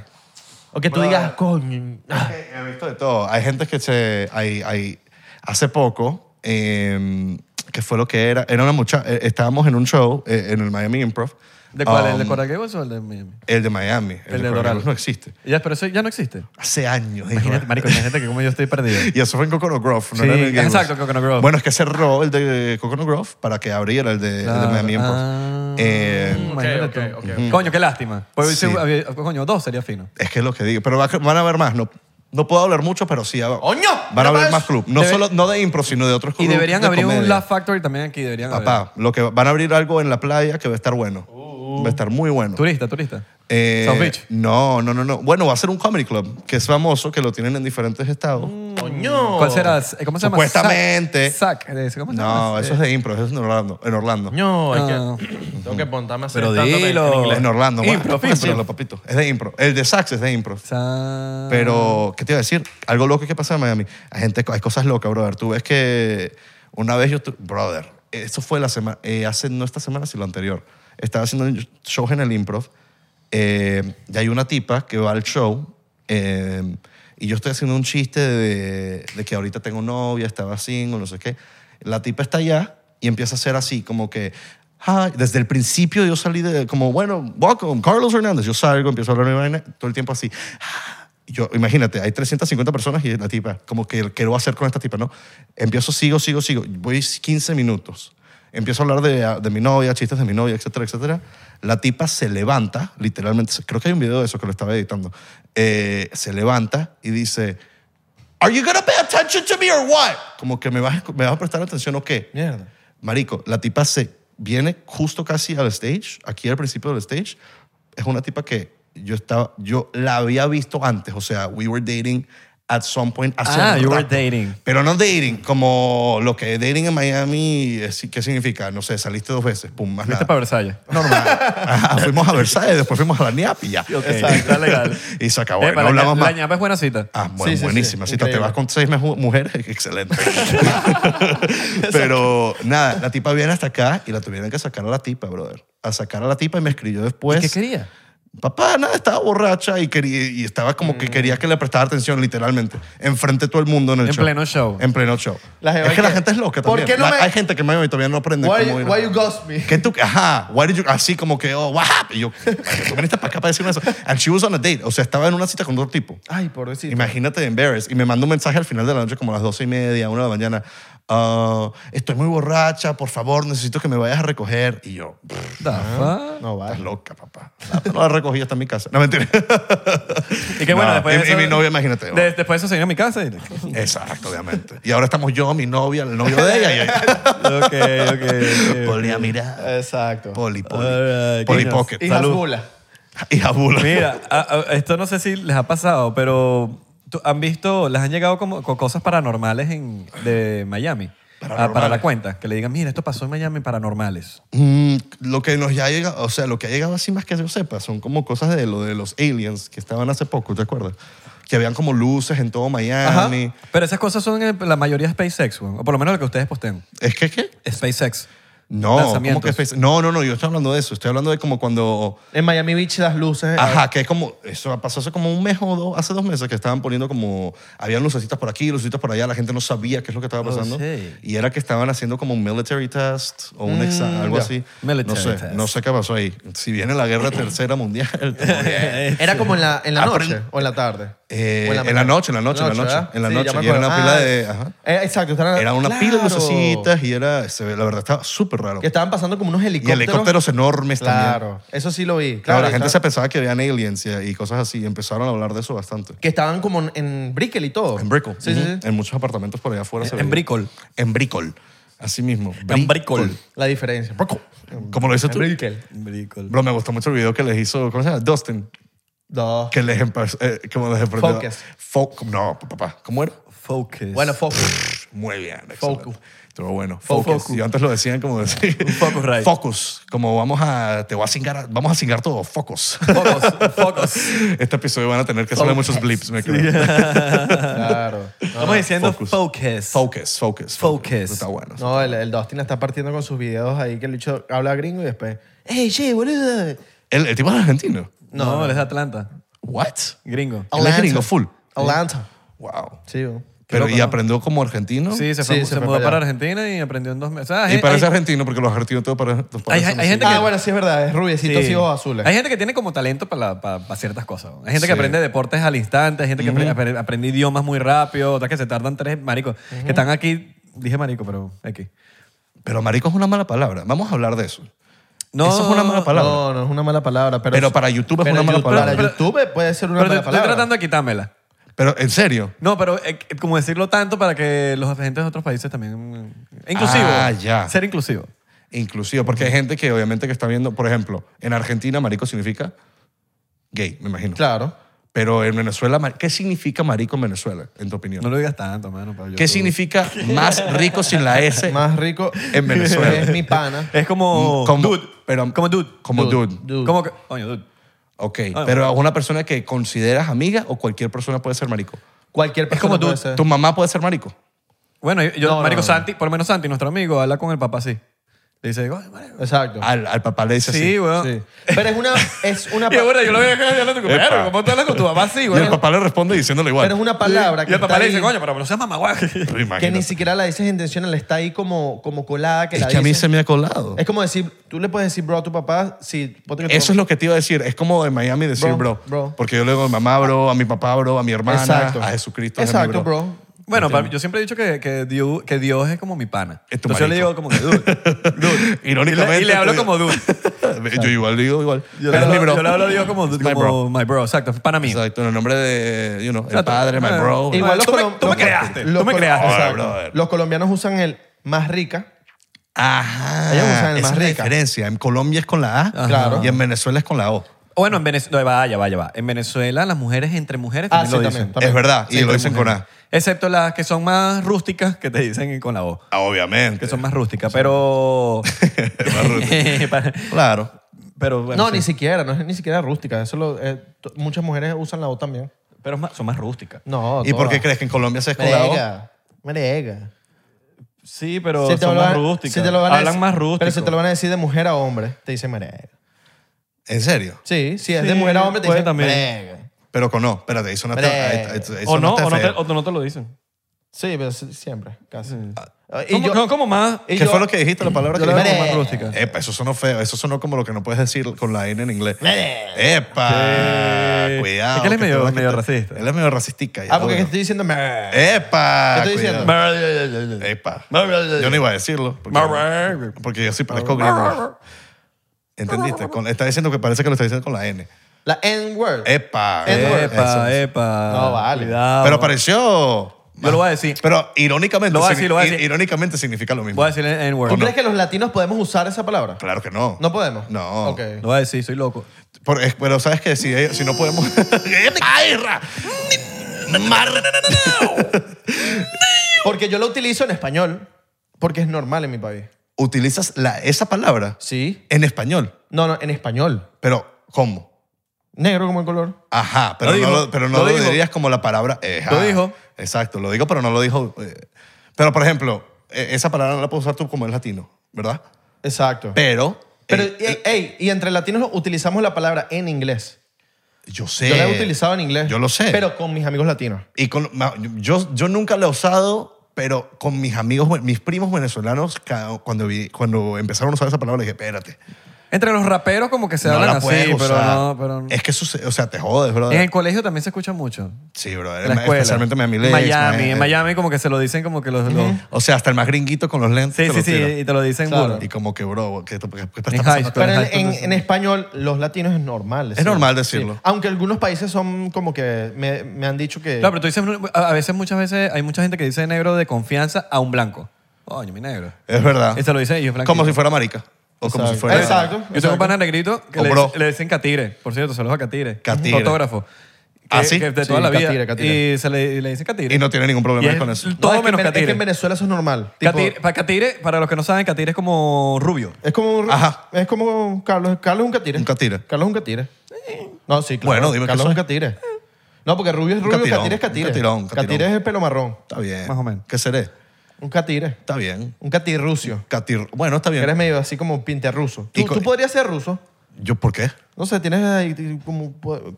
O que tú digas, coño, ah, He visto de todo. Hay gente que se. Hay, hay, hace poco, eh, que fue lo que era. Era una mucha. eh, estábamos en un show eh, en el Miami Improv. ¿De cuál? Um, ¿El de Coral Gables o el de Miami? El de Miami. El de Coral Doral. Gables No existe. Ya, pero eso ya no existe. Hace años. Imagínate, hijo. marico, imagínate que como yo estoy perdido. Y eso fue en Coconut Grove, no Sí, era en el Gables. exacto, Coconut Grove. Bueno, es que cerró el de Coconut Grove para que abriera el de, el de Claro. Miami Improv. Ah. Eh, Imagínate ok, tú. ok, Coño, qué lástima. Pues Sí. hubiese- había- coño, dos sería fino. es que es lo que digo. Pero va- van a haber más. No, no puedo hablar mucho, pero sí. va- ¡Coño! Van a haber Capaz. más club. No, Debe- solo, no de impro, sino de otros Y clubes. deberían de abrir un comedia. Laugh Factory también aquí. Deberían abrir. Papá, lo que van a abrir algo en la playa que va a estar bueno. Uh, Va a estar muy bueno. Turista, turista. Eh, South Beach. No, no, no, no. Bueno, va a ser un comedy club que es famoso, que lo tienen en diferentes estados. Mm, coño. ¿Cuál será? ¿Cómo se llama? Supuestamente. Sac. Sac, eh, ¿Cómo se llama? No, eso es de impro, eso es en Orlando. En Orlando. Coño, hay que- No. tengo que apuntarme a hacer Ah. Pero stand-up en- dilo. en inglés. En Orlando, bueno, Impro, cuéntamelo, papito. Es de impro. El de Sax es de impro. Sa- Pero, ¿qué te iba a decir? Algo loco que pasa en Miami. Hay, gente, hay cosas locas, brother. Tú ves que una vez yo... tu- Brother, eso fue la semana... eh, hace, no esta semana, sino la anterior. Estaba haciendo shows en el improv eh, y hay una tipa que va al show eh, y yo estoy haciendo un chiste de, de que ahorita tengo novia, estaba single, no sé qué. La tipa está allá y empieza a hacer así, como que... "Hi", desde el principio yo salí de como, bueno, welcome, Carlos Hernández. Yo salgo, empiezo a hablar mi vaina, todo el tiempo así. Yo, imagínate, hay 350 personas y la tipa, como que quiero hacer con esta tipa, ¿no? Empiezo, sigo, sigo, sigo. Voy 15 minutos. Empiezo a hablar de, de mi novia, chistes de mi novia, etcétera, etcétera. La tipa se levanta, literalmente, creo que hay un video de eso que lo estaba editando. Eh, se levanta y dice, ¿Are you gonna pay attention to me or what? Como que me vas, me vas a prestar atención o qué. Mierda. Marico, la tipa se viene justo casi al stage, aquí al principio del stage. Es una tipa que yo estaba, yo la había visto antes, o sea, we were dating at some point. hace Ah, un you were rato. dating. Pero no dating, como lo que dating en Miami, es- ¿qué significa? No sé, saliste dos veces, pum, más Viste nada. Este para Versalles. Ajá, fuimos a Versailles, después fuimos a la Niapi ya. Ok, está legal. Y se acabó, Eh, y no para Ah, la, hablamos ña- la más. ñapa es buena cita. Ah, Sí, bueno, sí, sí, buenísima. Si te increíble. vas con seis meju- mujeres, excelente. Pero nada, la tipa viene hasta acá y la tuvieron que sacar a la tipa, brother. A sacar a la tipa y me escribió después. ¿Qué quería? Papá, nada, estaba borracha y, quería, y estaba como Mm. que quería que le prestara atención, literalmente. Enfrente de todo el mundo en el En show. pleno show. En pleno show. La jeva es que la que- gente es loca ¿Por también. qué no La- me- Hay gente que en Miami todavía no aprende Why, cómo ir. why you ghost me? ¿Qué tú? Ajá. Why did you, así como que, oh, what happened? Y yo, "Marico, ¿tú viniste para acá para decirme eso? And she was on a date. O sea, estaba en una cita con otro tipo. Ay, por decir. Imagínate en Bears. Y me manda un mensaje al final de la noche, como a las doce y media, una de la mañana. "Ah, estoy muy borracha, por favor, necesito que me vayas a recoger. Y yo, "Pff, The fuck? No, estás vale. loca, papá. Ah, pero No la recogí hasta mi casa. No, mentira. Y que bueno, No, después y- de eso, y mi novia, imagínate, de- después de eso se vino a mi casa. Y, Exacto, obviamente. Y ahora estamos yo, mi novia, el novio de ella. Y ok, ok. yo, Poli, mira. Exacto. Poli, poli. Alright, poli coño. pocket. Hijas Salud. bula. Y abula. Mira, a- a- esto no sé si les ha pasado, pero ¿tú- han visto, les han llegado como co- cosas paranormales en, de Miami. Ah, para la Paranormales. cuenta, que le digan, mira, esto pasó en Miami, paranormales. Mm, lo que nos ya ha llegado, o sea, lo que ha llegado así más que yo sepa, son como cosas de lo de los aliens que estaban hace poco, ¿te acuerdas? Que habían como luces en todo Miami. Pero esas cosas son eh, la mayoría SpaceX, weón, o por lo menos lo que ustedes postean. ¿Es que qué? SpaceX. No, como Lanzamientos. que espe- no, no, no, yo estoy hablando de eso, estoy hablando de como cuando En Miami Beach las luces. Ah, Ajá, que es como, eso pasó hace como un mes o dos, hace dos meses que estaban poniendo como, habían lucecitas por aquí, lucecitas por allá, la gente no sabía qué es lo que Oh, estaba pasando. sí. Y era que estaban haciendo como un military test o un examen, algo Mm, ya. así. no Military sé, test. no sé qué pasó ahí. Si viene la guerra tercera mundial. te morías. Era como en la, en la Aprend- noche o en la tarde. Ah, Eh, O en la mañana. noche, en la noche, en la noche. ¿verdad? En la Sí, noche, ya me y era acuerdo. una pila Ah, de- ajá. eh, exacto. estaban- Era una pila de ¡Claro! lucecitas y era, se ve- la verdad estaba súper raro. Que estaban pasando como unos Y helicópteros. helicópteros enormes también. Claro, eso sí lo vi. Claro, Claro, la gente se estaban- pensaba que habían aliens y- y cosas así. Y empezaron a hablar de eso bastante. Que estaban como en- en Brickell y todo. pues, En Brickell. Sí, sí, Ujú. sí. En muchos apartamentos por allá afuera. se veía. En Brickell. En Brickell. Así mismo. En Brickell. La diferencia. Brickell. Como lo dices tú. Brickell. Brickell. Bro, me gustó mucho el video que les hizo, ¿cómo se llama? Dustin. Dos. Que les empe- eh, como les emprendió. Focus. Fo- no, papá. ¿Cómo era? Focus. Bueno, Focus. Muy bien. excelente. Focus. Estuvo bueno. Fo- Focus. focus. Yo antes lo decían como decir. focus, right. Focus. Como vamos a. Te voy a cingar. Vamos a cingar todo. Focus. Focos, focos. Este episodio van a tener que hacerle muchos blips, me creo. Claro. Estamos diciendo focus. focus. Focus. Focus, focus. Focus. Está bueno. No, el, el Dustin la está partiendo con sus videos ahí que el bicho habla gringo y después. ¡Ey, che, boludo! El, el tipo es argentino. No, él es de Atlanta. What? Gringo. Él es gringo full. Atlanta. Wow. Sí, bro. Pero loco, y ¿no? aprendió como argentino. Sí, se, fue, Sí, se, se fue mudó para para, allá. Argentina y aprendió en dos meses. O sea, hay Y gen- parece hay- argentino porque los argentinos todos para. Hay- hay gente Ah, que- bueno, sí es verdad, es rubiecito así, ojos azules. Hay gente que tiene como talento para, para- para ciertas cosas. ¿no? Hay gente que Sí. aprende deportes al instante, hay gente que apre- apre- aprende idiomas muy rápido, otras que se tardan tres maricos, que están aquí, dije marico, pero aquí. Pero marico es una mala palabra. Vamos a hablar de eso. No, Eso es una mala palabra. No, no es una mala palabra, pero. Pero para YouTube es pero una mala YouTube- palabra. Para YouTube puede ser una pero te- mala estoy palabra. tratando de quitármela. Pero en serio. No, pero eh, como decirlo tanto para que los agentes de otros países también... eh, Inclusivo. Ah, ya. Ser inclusivo. Inclusive, porque hay gente que obviamente que está viendo, por ejemplo, en Argentina marico significa gay, me imagino. Claro. Pero en Venezuela, mar- ¿qué significa marico en Venezuela, en tu opinión? No lo digas tanto, mano. para ¿Qué YouTube. significa más rico sin la S? Más rico. En Venezuela. Es mi pana. Es como... Como- dude. pero- como dude. Como Dude. dude. Dude. Como que... Coño, dude. Ah, Ok, pero a una persona que consideras amiga o cualquier persona puede ser marico. Cualquier es persona como puede tú- ser. ¿Tu mamá puede ser marico? Bueno, yo, yo- No, no, marico no. Santi, por lo menos Santi, nuestro amigo, habla con el papá así. Le dice, "Oye, marico". Exacto. Al, al papá le dice Sí, así. weón. Sí. Pero es una. Es una Y bueno, yo lo voy a dejar hablando con Epa. pero ¿Cómo tú hablas con tu papá así, Y el weón? papá le responde diciéndole igual. pero es una palabra que. Y el papá está le dice, ahí, coño, pero no seas mamaguaje. Pero Que imagínate. ni siquiera la dices intencional, está ahí como, como colada. Que es la que a mí dices. se me ha colado. Es como decir, tú le puedes decir bro a tu papá si. ponte que tu Eso es lo que te iba a decir. Es como de Miami decir bro. Bro, bro. Porque yo le digo a mi mamá bro, a mi papá bro, a mi hermana, a Jesucristo. es mi Exacto, bro. Bueno, para- yo siempre he dicho que, que, Dios, que Dios es como mi pana. Es tu Entonces yo le marico. digo como que dude. dude. Irónicamente. Y le, y le te hablo digo- como dude. yo igual digo igual. Yo, Pero le, es mi hablo- bro. yo le hablo a Dios como, my como my bro, exacto, pana mío. Exacto, en el nombre de, you know, el Exacto. padre, my Ah, Eh, bro. igual. Tú me- tú me creaste, tú me colo- creaste. Exacto. Ahora, brother. Los colombianos usan el más rica. Ajá. Ellos usan el Esa más es la rica. diferencia. En Colombia es con la A Claro. y en Venezuela es con la O. Bueno, en Venezuela, vaya, vaya, va. En Venezuela las mujeres entre mujeres Ah, también sí, lo también. dicen. Es verdad, y Sí, lo dicen con Mujeres. A. Excepto las que son más rústicas, que te dicen con la voz. Ah, Obviamente. Que son más rústicas, pero... Más rústicas. Para- Claro. pero bueno, no, sí. ni siquiera, no es ni siquiera rústica. Eso lo- eh, t- muchas mujeres usan la O también. Pero es más- son más rústicas. No, ¿Y por qué todas. crees que en Colombia se es con la O? Merega. Merega. Sí, pero Si te son lo más van- rústicas. si te lo van a Hablan dec- más rústico. Pero si te lo van a decir de mujer a hombre, te dicen merega. ¿En serio? Sí, si es Sí, de mujer a hombre, te puede dicen también. merega. Pero con no, espérate, eso no está. Hombre. eso o no, está o no, te, feo. o no te lo dicen. Sí, pero sí- siempre, casi. Ah, y Mm. ¿Cómo, yo- no, como más... y ¿Qué yo- fue lo que dijiste? Mm, La palabra yo que lo dijiste? veo más Eh. rústica. Epa, eso sonó feo. Eso sonó como lo que no puedes decir con la N en inglés. Epa, Sí. cuidado. Es que él es te medio- vas a medio quitar- racista. Él es medio racistica. ya, Ah, porque bueno. estoy diciendo merega. Epa. ¿Qué estoy cuidado. diciendo? eh, Epa. Yo no iba a decirlo. Porque, porque yo sí parezco gringo. ¿Entendiste? Con- está diciendo que parece que lo está diciendo con la N. La N-word. Eh, Epa. Edward. Eso. Epa, epa. No, vale. Cuidado. Pero pareció. Yo lo voy a decir. Pero irónicamente, Lo voy a decir, lo voy a signi- decir. irónicamente significa lo mismo. Voy a decir en ¿Tú N-word. crees que los latinos podemos usar esa palabra? Claro que no. No podemos. No. Ok. Lo voy a decir, soy loco. Por- es- pero sabes que si, si no podemos. ¡Epa, irra! Mar- Porque yo lo utilizo en español, porque es normal en mi país. Utilizas la, esa palabra Sí. en español. No, no, en español. Pero, ¿cómo? Negro como el color. Ajá, pero Lo dijo, no lo, pero no lo lo dijo. dirías como la palabra. ejá. Lo dijo. Exacto, lo digo, pero no lo dijo. eh. Pero, por ejemplo, eh, esa palabra no la puedes usar tú como es latino, ¿verdad? Exacto. Pero. Pero, eh, ey, ey, y entre latinos lo- utilizamos la palabra en inglés. yo sé. Yo la he utilizado en inglés. yo lo sé. Pero con mis amigos latinos. Y con, ma- yo, yo nunca la he usado, pero con mis amigos, mis primos venezolanos, ca- cuando, vi- cuando empezaron a usar esa palabra, dije, espérate. Entre los raperos como que se no hablan la así, puedes pero usar. no, pero no. Es que eso, se- o sea, te jodes, brother. En el colegio también se escucha mucho. Sí, brother. En la escuela. Especialmente mi amigo. eh, Miami, en Miami como que se lo dicen como que los... los- O sea, hasta el más gringuito con los lentes. Sí, te sí, lo sí, tira. y te lo dicen Claro. burro. Y como que, bro, ¿qué, qué- qué está En pasando high acá? Pero Pero en, exacto, en- entonces- en español, los latinos es normal. decirlo. normal decirlo. Aunque algunos países son como que me, me han dicho que. Claro, pero tú dices, a a veces, muchas veces, hay mucha gente que dice negro de confianza a un blanco. Coño, mi negro. Es verdad. Y se lo dice ellos, blanquito. Como si fuera marica. O como si Exacto. fuera... Exacto. Yo tengo un pana negrito que O le, bro. le dicen catire. Por cierto, saludos a catire. Catire. Fotógrafo. ¿Ah, sí? que de Sí, toda la vida. catira, catira. Y se le, y le dicen catire. Y no tiene ningún problema con eso. todo No, es que menos en Vene- Es que catire. en Venezuela eso es normal. Tipo, Catire, para catire, para los que no saben, catire es como rubio. es como un- Ajá. es como un Carlos, Carlos es un catire. Un catire. Carlos es un catire. No, sí, claro. Bueno, dime qué Carlos es soy. un catire. No, porque rubio es Un rubio, catirón, catire es catire. un catirón, un catirón. Catire es el pelo marrón. Está bien. Más o menos. ¿Qué seré? Un catire. Está bien. Un catirrucio. Catir... Bueno, está Que Eres bien. medio así como pinterruso. Y ¿Tú, co- tú podrías ser ruso. ¿Yo por qué? No sé, tienes ahí como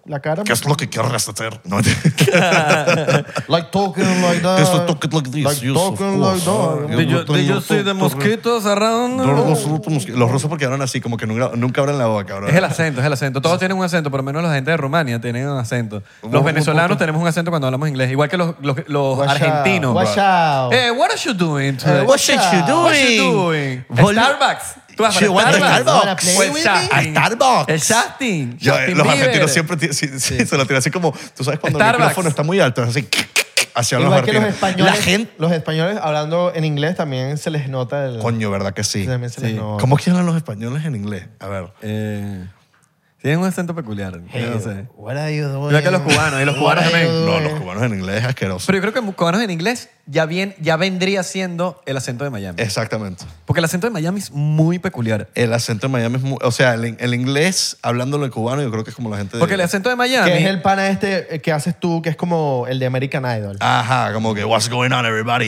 la cara. ¿Qué es lo que quieres hacer? No, Like talking like that. Yes, like talking like this, yes, of talking course. like that. Yo no tengo to- around? los, rusos- los rusos porque hablan así, como que nunca, nunca abren la boca, bro. Es el acento, es el acento. Todos tienen un acento, por lo menos la gente de Rumania tienen un acento. Los venezolanos tenemos un acento cuando hablamos inglés, igual que los, los, los Watch out, argentinos. watch out. Eh, what are you doing today? Eh, what you What you doing? doing? Vol- Starbucks. ¿Tú vas She went para to Starbucks? Starbucks. O el Play with Shastin. me. A Starbucks. El Shastin. Yo, eh, Shastin los Bieber. argentinos siempre ti- sí, sí, se lo tiran así como, tú sabes, cuando el Starbucks. micrófono está muy alto, es así, hacia los Igual que los argentinos. españoles, La gente, los españoles hablando en inglés también se les nota el... coño, ¿verdad que sí? También se les nota. ¿Cómo es que hablan los españoles en inglés? A ver. Eh, tienen un acento peculiar. Hey, oh, yo no sé. what are you doing? Igual que los cubanos, y los What cubanos are you también. No, doing? los cubanos en inglés es asqueroso. Pero yo creo que cubanos en inglés ya, bien, ya vendría siendo el acento de Miami. Exactamente. Porque el acento de Miami es muy peculiar. El acento de Miami es muy... O sea, el, in- el inglés, hablándolo en cubano, yo creo que es como la gente de... Porque el acento de Miami... Que es el pana este eh, que haces tú, que es como el de American Idol. Ajá, como que, what's going on, everybody?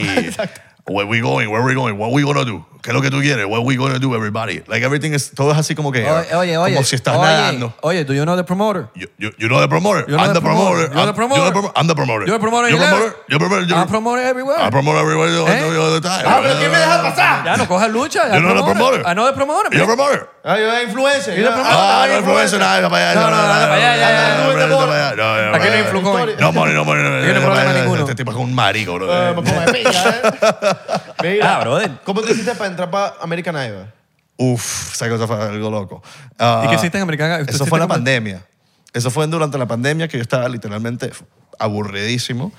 Where we going, where we going, what we gonna do? ¿Qué es lo que tú quieres? What we gonna do, everybody? Like, everything is... Todo es así como que... Oye, oye, como oye. si estás oye, nadando. Oye, do you know the promoter? You, you, you know the promoter. You know I'm the the promoter. promoter. I'm- You're the promoter. You're the promoter. I'm the promoter. You're the promoter in You're LA. promoter. You're promoter. Ah, You're I'm promoter everywhere. I promote everybody all ¿Eh? the- all the time. ¡Ah, pero quién me deja pasar! Ya, no cojas lucha. ya Yo no era promoter. Ah, no, de promoter. You're the pues. promoter. Ah, yo era influencer. Yo era promoter. Ah, no influencer, nada, no, para allá, No, no, no, no, para allá, ya, ya, no, ya, no, no, no, para allá, no, no, Aquí para no allá. influjo en- No, money, no, money, no, Aquí no hay no, problema no, ninguno. Este tipo es un marico, bro. Eh, me pongo de pinga, ¿eh? Mira, Ah, brother. ¿cómo te hiciste para entrar para American Idol? Uf, esa cosa fue algo loco. Ah, ¿Y qué hiciste en American Idol? ¿Tú Eso hiciste fue en la como- pandemia. Eso fue durante la pandemia que yo estaba literalmente aburridísimo.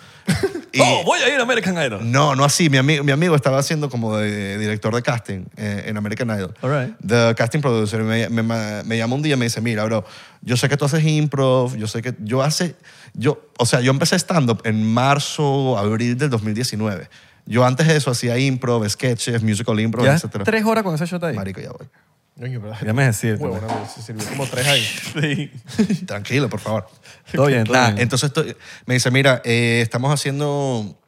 Y- Oh, voy a ir a American Idol. No, no así. Mi, ami- mi amigo estaba haciendo como de director de casting eh, en American Idol. All right. The casting producer. Y Me, me, me llama un día y me dice, mira, bro, yo sé que tú haces improv, yo sé que yo hace... Yo, o sea, yo empecé stand-up en marzo, abril del 2019. Yo antes de eso hacía improv, sketches, musical improv, Ya etcétera. tres horas con ese shot ahí. Marico, ya voy. Coño, pero... Déjame decirte. Huevona, güey, se sirvió como tres ahí. Sí. Tranquilo, por favor. Todo bien, todo Nah, bien. entonces estoy- me dice, mira, eh, estamos haciendo,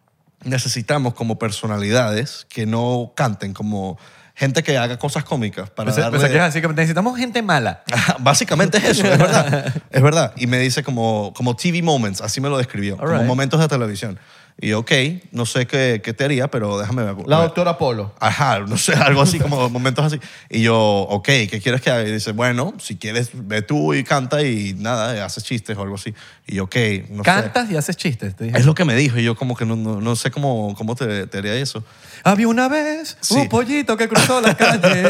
necesitamos como personalidades que no canten, como gente que haga cosas cómicas para Pensé, darle- pensé que ibas a decir que necesitamos gente mala. Básicamente es eso, es verdad. Es verdad. Y me dice como, como TV moments, así me lo describió, All como right. momentos de televisión. Y yo, ok, no sé qué, qué te haría, pero déjame ver. La doctora Polo. Ajá, no sé, algo así, como momentos así. Y yo, ok, ¿qué quieres que haga? Y dice, bueno, si quieres, ve tú y canta y nada, haces chistes o algo así. Y yo, ok, no sé. Cantas y haces chistes. Te dije. Es lo que me dijo y yo como que no, no, no sé cómo, cómo te, te haría eso. Había una vez Sí. un pollito que cruzó la calle.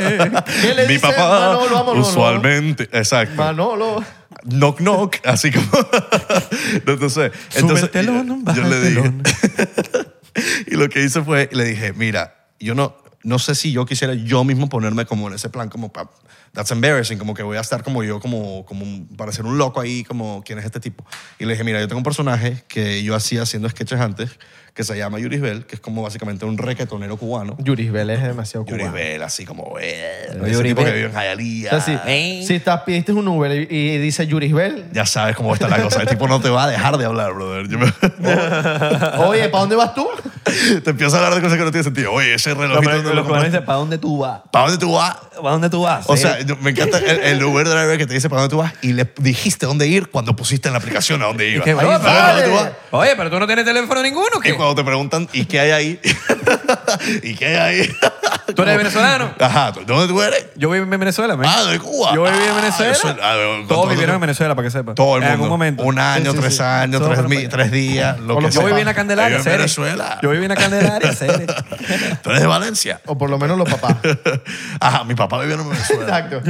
¿Qué le Mi dice papá Manolo? Vámonos, usualmente, exacto. Ah, Manolo. knock knock, así como no, no sé. Sube Entonces el telón, yo, baja yo le el dije telón. y lo que hice fue le dije, mira, yo no no sé si yo quisiera yo mismo ponerme como en ese plan como pa- that's embarrassing, como que voy a estar como yo como como un- para ser un loco ahí como quién es este tipo. Y le dije, mira, yo tengo un personaje que yo hacía haciendo sketches antes que se llama Yuris Bell, que es como básicamente un reggaetonero cubano. Yuris Vélez es demasiado cubano. Yuri Bell, así como eh, Pero ese Yuri tipo que Bell. vive en Hialeah. O sea, si, si estás, pidiste un Uber y, y dice Yuris Bell, Ya sabes cómo está la cosa. El tipo no te va a dejar de hablar, brother. Yo me- oye, ¿para dónde vas tú? te empieza a hablar de cosas que no tienen sentido. Oye, ese Los relojito... no lo cubanos compraste. dicen, ¿para dónde tú vas? ¿Para dónde tú vas? ¿Para dónde tú vas? O sea, yo- me encanta el, el Uber driver que te dice para dónde tú vas y le dijiste dónde ir cuando pusiste en la aplicación a dónde ibas. que, ¿Sabes bro, para vale. dónde tú vas? Oye, pero tú no tienes teléfono ninguno, Y ¿qué? cuando te preguntan, ¿y qué hay ahí? ¿Y qué hay ahí? ¿Tú eres venezolano? Ajá, ¿de dónde tú eres? Yo viví en Venezuela, man. Ah, de Cuba. Yo viví en Ah, Venezuela. eso- ah, bueno, con Todos todo- vivieron en Venezuela, para que sepa. Todo el mundo. En algún momento. Un año, tres años, Todos tres, fueron mi- para allá. tres días, lo que Yo viví sea. en la Candelaria, Yo en serio. Venezuela. Ah, Yo viví en la Candelaria, serio. Tú eres de Valencia. O por lo menos los papás. Ajá, mi papá vivía en Venezuela. Exacto.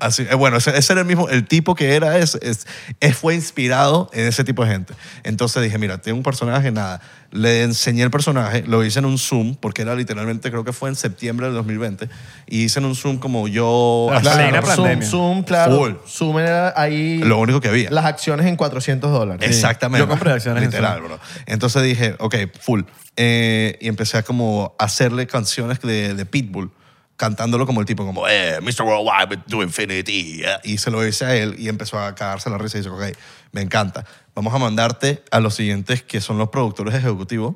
Así, eh, bueno, ese, ese era el mismo, el tipo que era, es, es, es- fue inspirado en ese tipo de gente. Entonces dije, mira, tengo un personaje, nada, Le enseñé el personaje, lo hice en un Zoom, porque era literalmente, creo que fue en septiembre del 2020, y hice en un Zoom como yo... Ah, así, plena ¿no? pandemia. Zoom, Zoom, claro. Full. Zoom era ahí Lo único que había. las acciones en 400 dólares. Exactamente. Yo compré acciones en Literal, bro. Entonces dije, ok, full. Eh, y empecé a como hacerle canciones de, de Pitbull, cantándolo como el tipo, como, eh, Mr. Worldwide to Infinity. eh. Y se lo hice a él y empezó a cagarse la risa y dice, ok, me encanta. Vamos a mandarte a los siguientes que son los productores ejecutivos.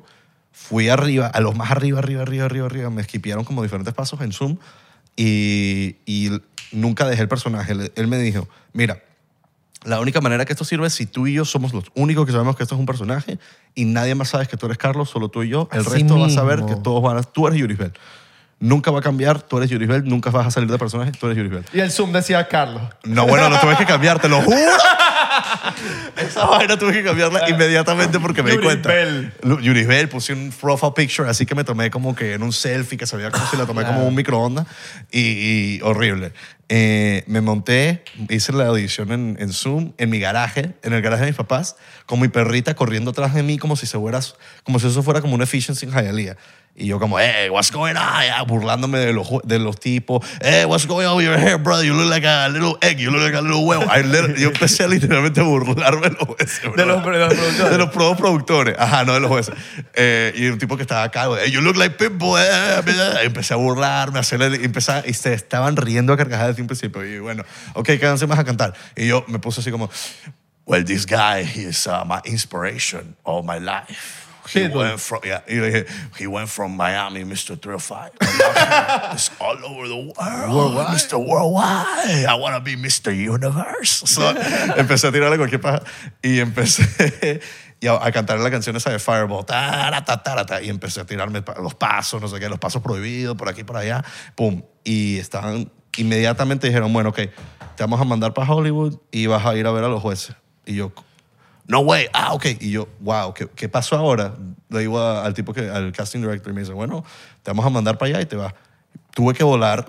Fui arriba, a los más arriba, arriba, arriba, arriba, arriba. Me esquipearon como diferentes pasos en Zoom y, y nunca dejé el personaje. Él- Él me dijo, mira, la única manera que esto sirve es si tú y yo somos los únicos que sabemos que esto es un personaje y nadie más sabe que tú eres Carlos, solo tú y yo. El Así resto va a saber que mismo. todos van a... Tú eres Yuribel. Nunca va a cambiar, tú eres Yuribel, nunca vas a salir de personaje, tú eres Yuribel. Y el Zoom decía Carlos. No, bueno, lo tuve que cambiar, te lo juro. Esa vaina tuve que cambiarla inmediatamente porque me di cuenta. Yuribel. Lu- Yuribel, puse un profile picture, así que me tomé como que en un selfie que sabía como si la tomé como un microondas y, y horrible. Eh, me monté, hice la audición en, en Zoom, en mi garaje, en el garaje de mis papás, con mi perrita corriendo atrás de mí como si, se fuera, como si eso fuera como una efficiency en Hialeah. Y yo como, hey, what's going on? Ya, burlándome de los, ju- de los tipos. Hey, what's going on with your hair, brother? You look like a little egg. You look like a little huevo. I lit- yo empecé a literalmente burlarme de los jueces, De los- bro. de los productores. De los pro productores. Ajá, no de los jueces. Eh, y un tipo que estaba acá, güey, you look like people. eh, eh". Empecé a burlarme, a hacerle, empecé a- y se estaban riendo a carcajadas desde un principio. Y bueno, ok, quédense más a cantar. Y yo me puse así como, well, this guy he is uh, my inspiration all my life. He Pitbull. went from, yeah, y yo dije, he went from Miami, Mr. Thrill Fight. It's all over the world. Mr. Worldwide. I want to be Mr. Universe. So, empecé a tirarle cualquier paja y empecé y a, a cantar la canción esa de Fireball. Tara, ta, tara, ta, y empecé a tirarme pa- los pasos, no sé qué, los pasos prohibidos, por aquí, por allá. Pum. Y estaban, inmediatamente dijeron, bueno, ok, te vamos a mandar para Hollywood y vas a ir a ver a los jueces. Y yo, no way, ah, ok. Y yo, wow, ¿qué, qué pasó ahora? Le digo a- al tipo que, al casting director, y me dice, bueno, te vamos a mandar para allá y te vas. Tuve que volar,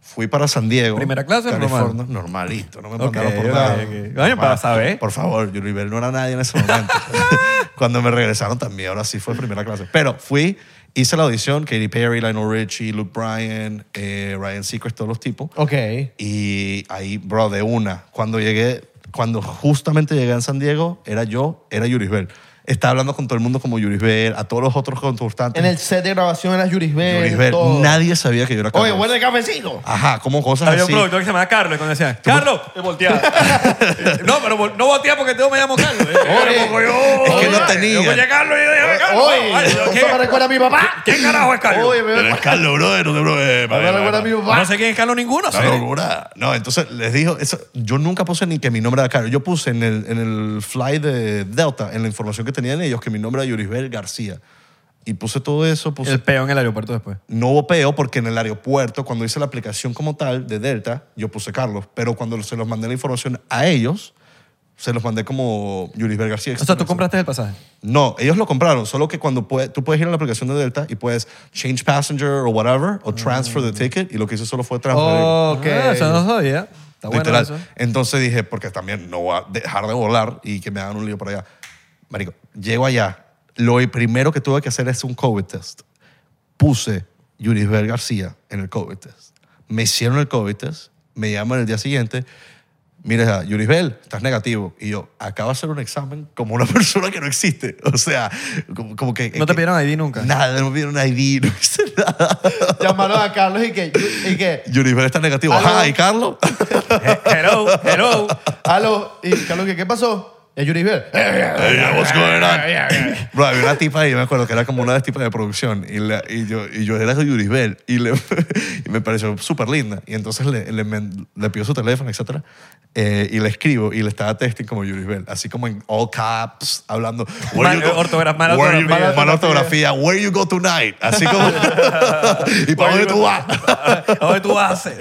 fui para San Diego. ¿Primera clase o California, normalito, no me Ok, mandaron por ok, nada. ok. Coño, para saber. Por favor, Yuribel no era nadie en ese momento. Cuando me regresaron también, ahora sí fue primera clase. Pero fui, hice la audición, Katy Perry, Lionel Richie, Luke Bryan, eh, Ryan Seacrest, todos los tipos. Ok. Y ahí, bro, de una. Cuando llegué, cuando justamente llegué a San Diego, era yo, era Yurisbel. Estaba hablando con todo el mundo como Yurisbel, a todos los otros concursantes. En el set de grabación era Juris Bell, Yurisbel. todo. Nadie Ah, sabía que yo era Carlos. Oye, bueno el cafecito. Ajá, como cosas Había un así. productor que se llamaba Carlos y cuando decía, ¡Carlos! Y volteaba. no, pero vol- no volteaba porque yo me llamo Carlos. Oye. Es que no Yo tenía. coñé Carlos y yo dije, Carlos. Oye, ay, yo, eso ¿quién- me recuerda a mi papá. ¿Quién carajo es Carlos? Oye, me, Pero es Carlos, brother, no te preocupes. me recuerda a mi papá. No sé quién es Carlos ninguno. Una ¿sí? locura. No, entonces les dijo, eso, yo nunca puse ni que mi nombre era Carlos. Yo puse en el, en el fly de Delta, en la información que tenían ellos, que mi nombre era Yurisbel García. Y puse todo eso, puse El peo en el aeropuerto después. No hubo peo porque en el aeropuerto, cuando hice la aplicación como tal de Delta, yo puse Carlos, pero cuando se los mandé la información a ellos, se los mandé como Yurisbel García. O sea, tú compraste el pasaje. No, ellos lo compraron, solo que cuando puede- tú puedes ir a la aplicación de Delta y puedes change passenger o whatever, o transfer Mm. the ticket, y lo que hice solo fue transferir. Ok. Ah, eso no sabía. Está bueno Literal. eso. ¿eh? Entonces dije, porque también no voy a dejar de volar y que me hagan un lío por allá. Marico, llego allá. Lo primero que tuve que hacer es un COVID test. Puse Yurisbel García en el COVID test. Me hicieron el COVID test. Me llaman el día siguiente. Mira, Yurisbel, estás negativo. Y yo, acabo de hacer un examen como una persona que no existe. O sea, como, como que... No te pidieron ID nunca. Nada, no me pidieron ID, no hice nada. Llamaron a Carlos y que, y que, Yurisbel está negativo. Aló. Ajá, ¿y Carlos? Eh, Hello, hello. aló, y Carlos, que, ¿qué pasó? Es Juris "Eh, Bell. Hey, yeah, what's going on? Bro, había una tipa ahí, yo me acuerdo que era como una tipa de producción y, la- y yo, y yo era su Yuribel y, le- y me pareció súper linda. Y entonces le, le, men- le pido su teléfono, etc. y le escribo y le estaba texting como Yuribel, así como en all caps, hablando. Mal- ortograf- mala where you- ortografía. mala ortografía. Where you go tonight? Así como. ¿Y para dónde tú vas? Ahora tú haces.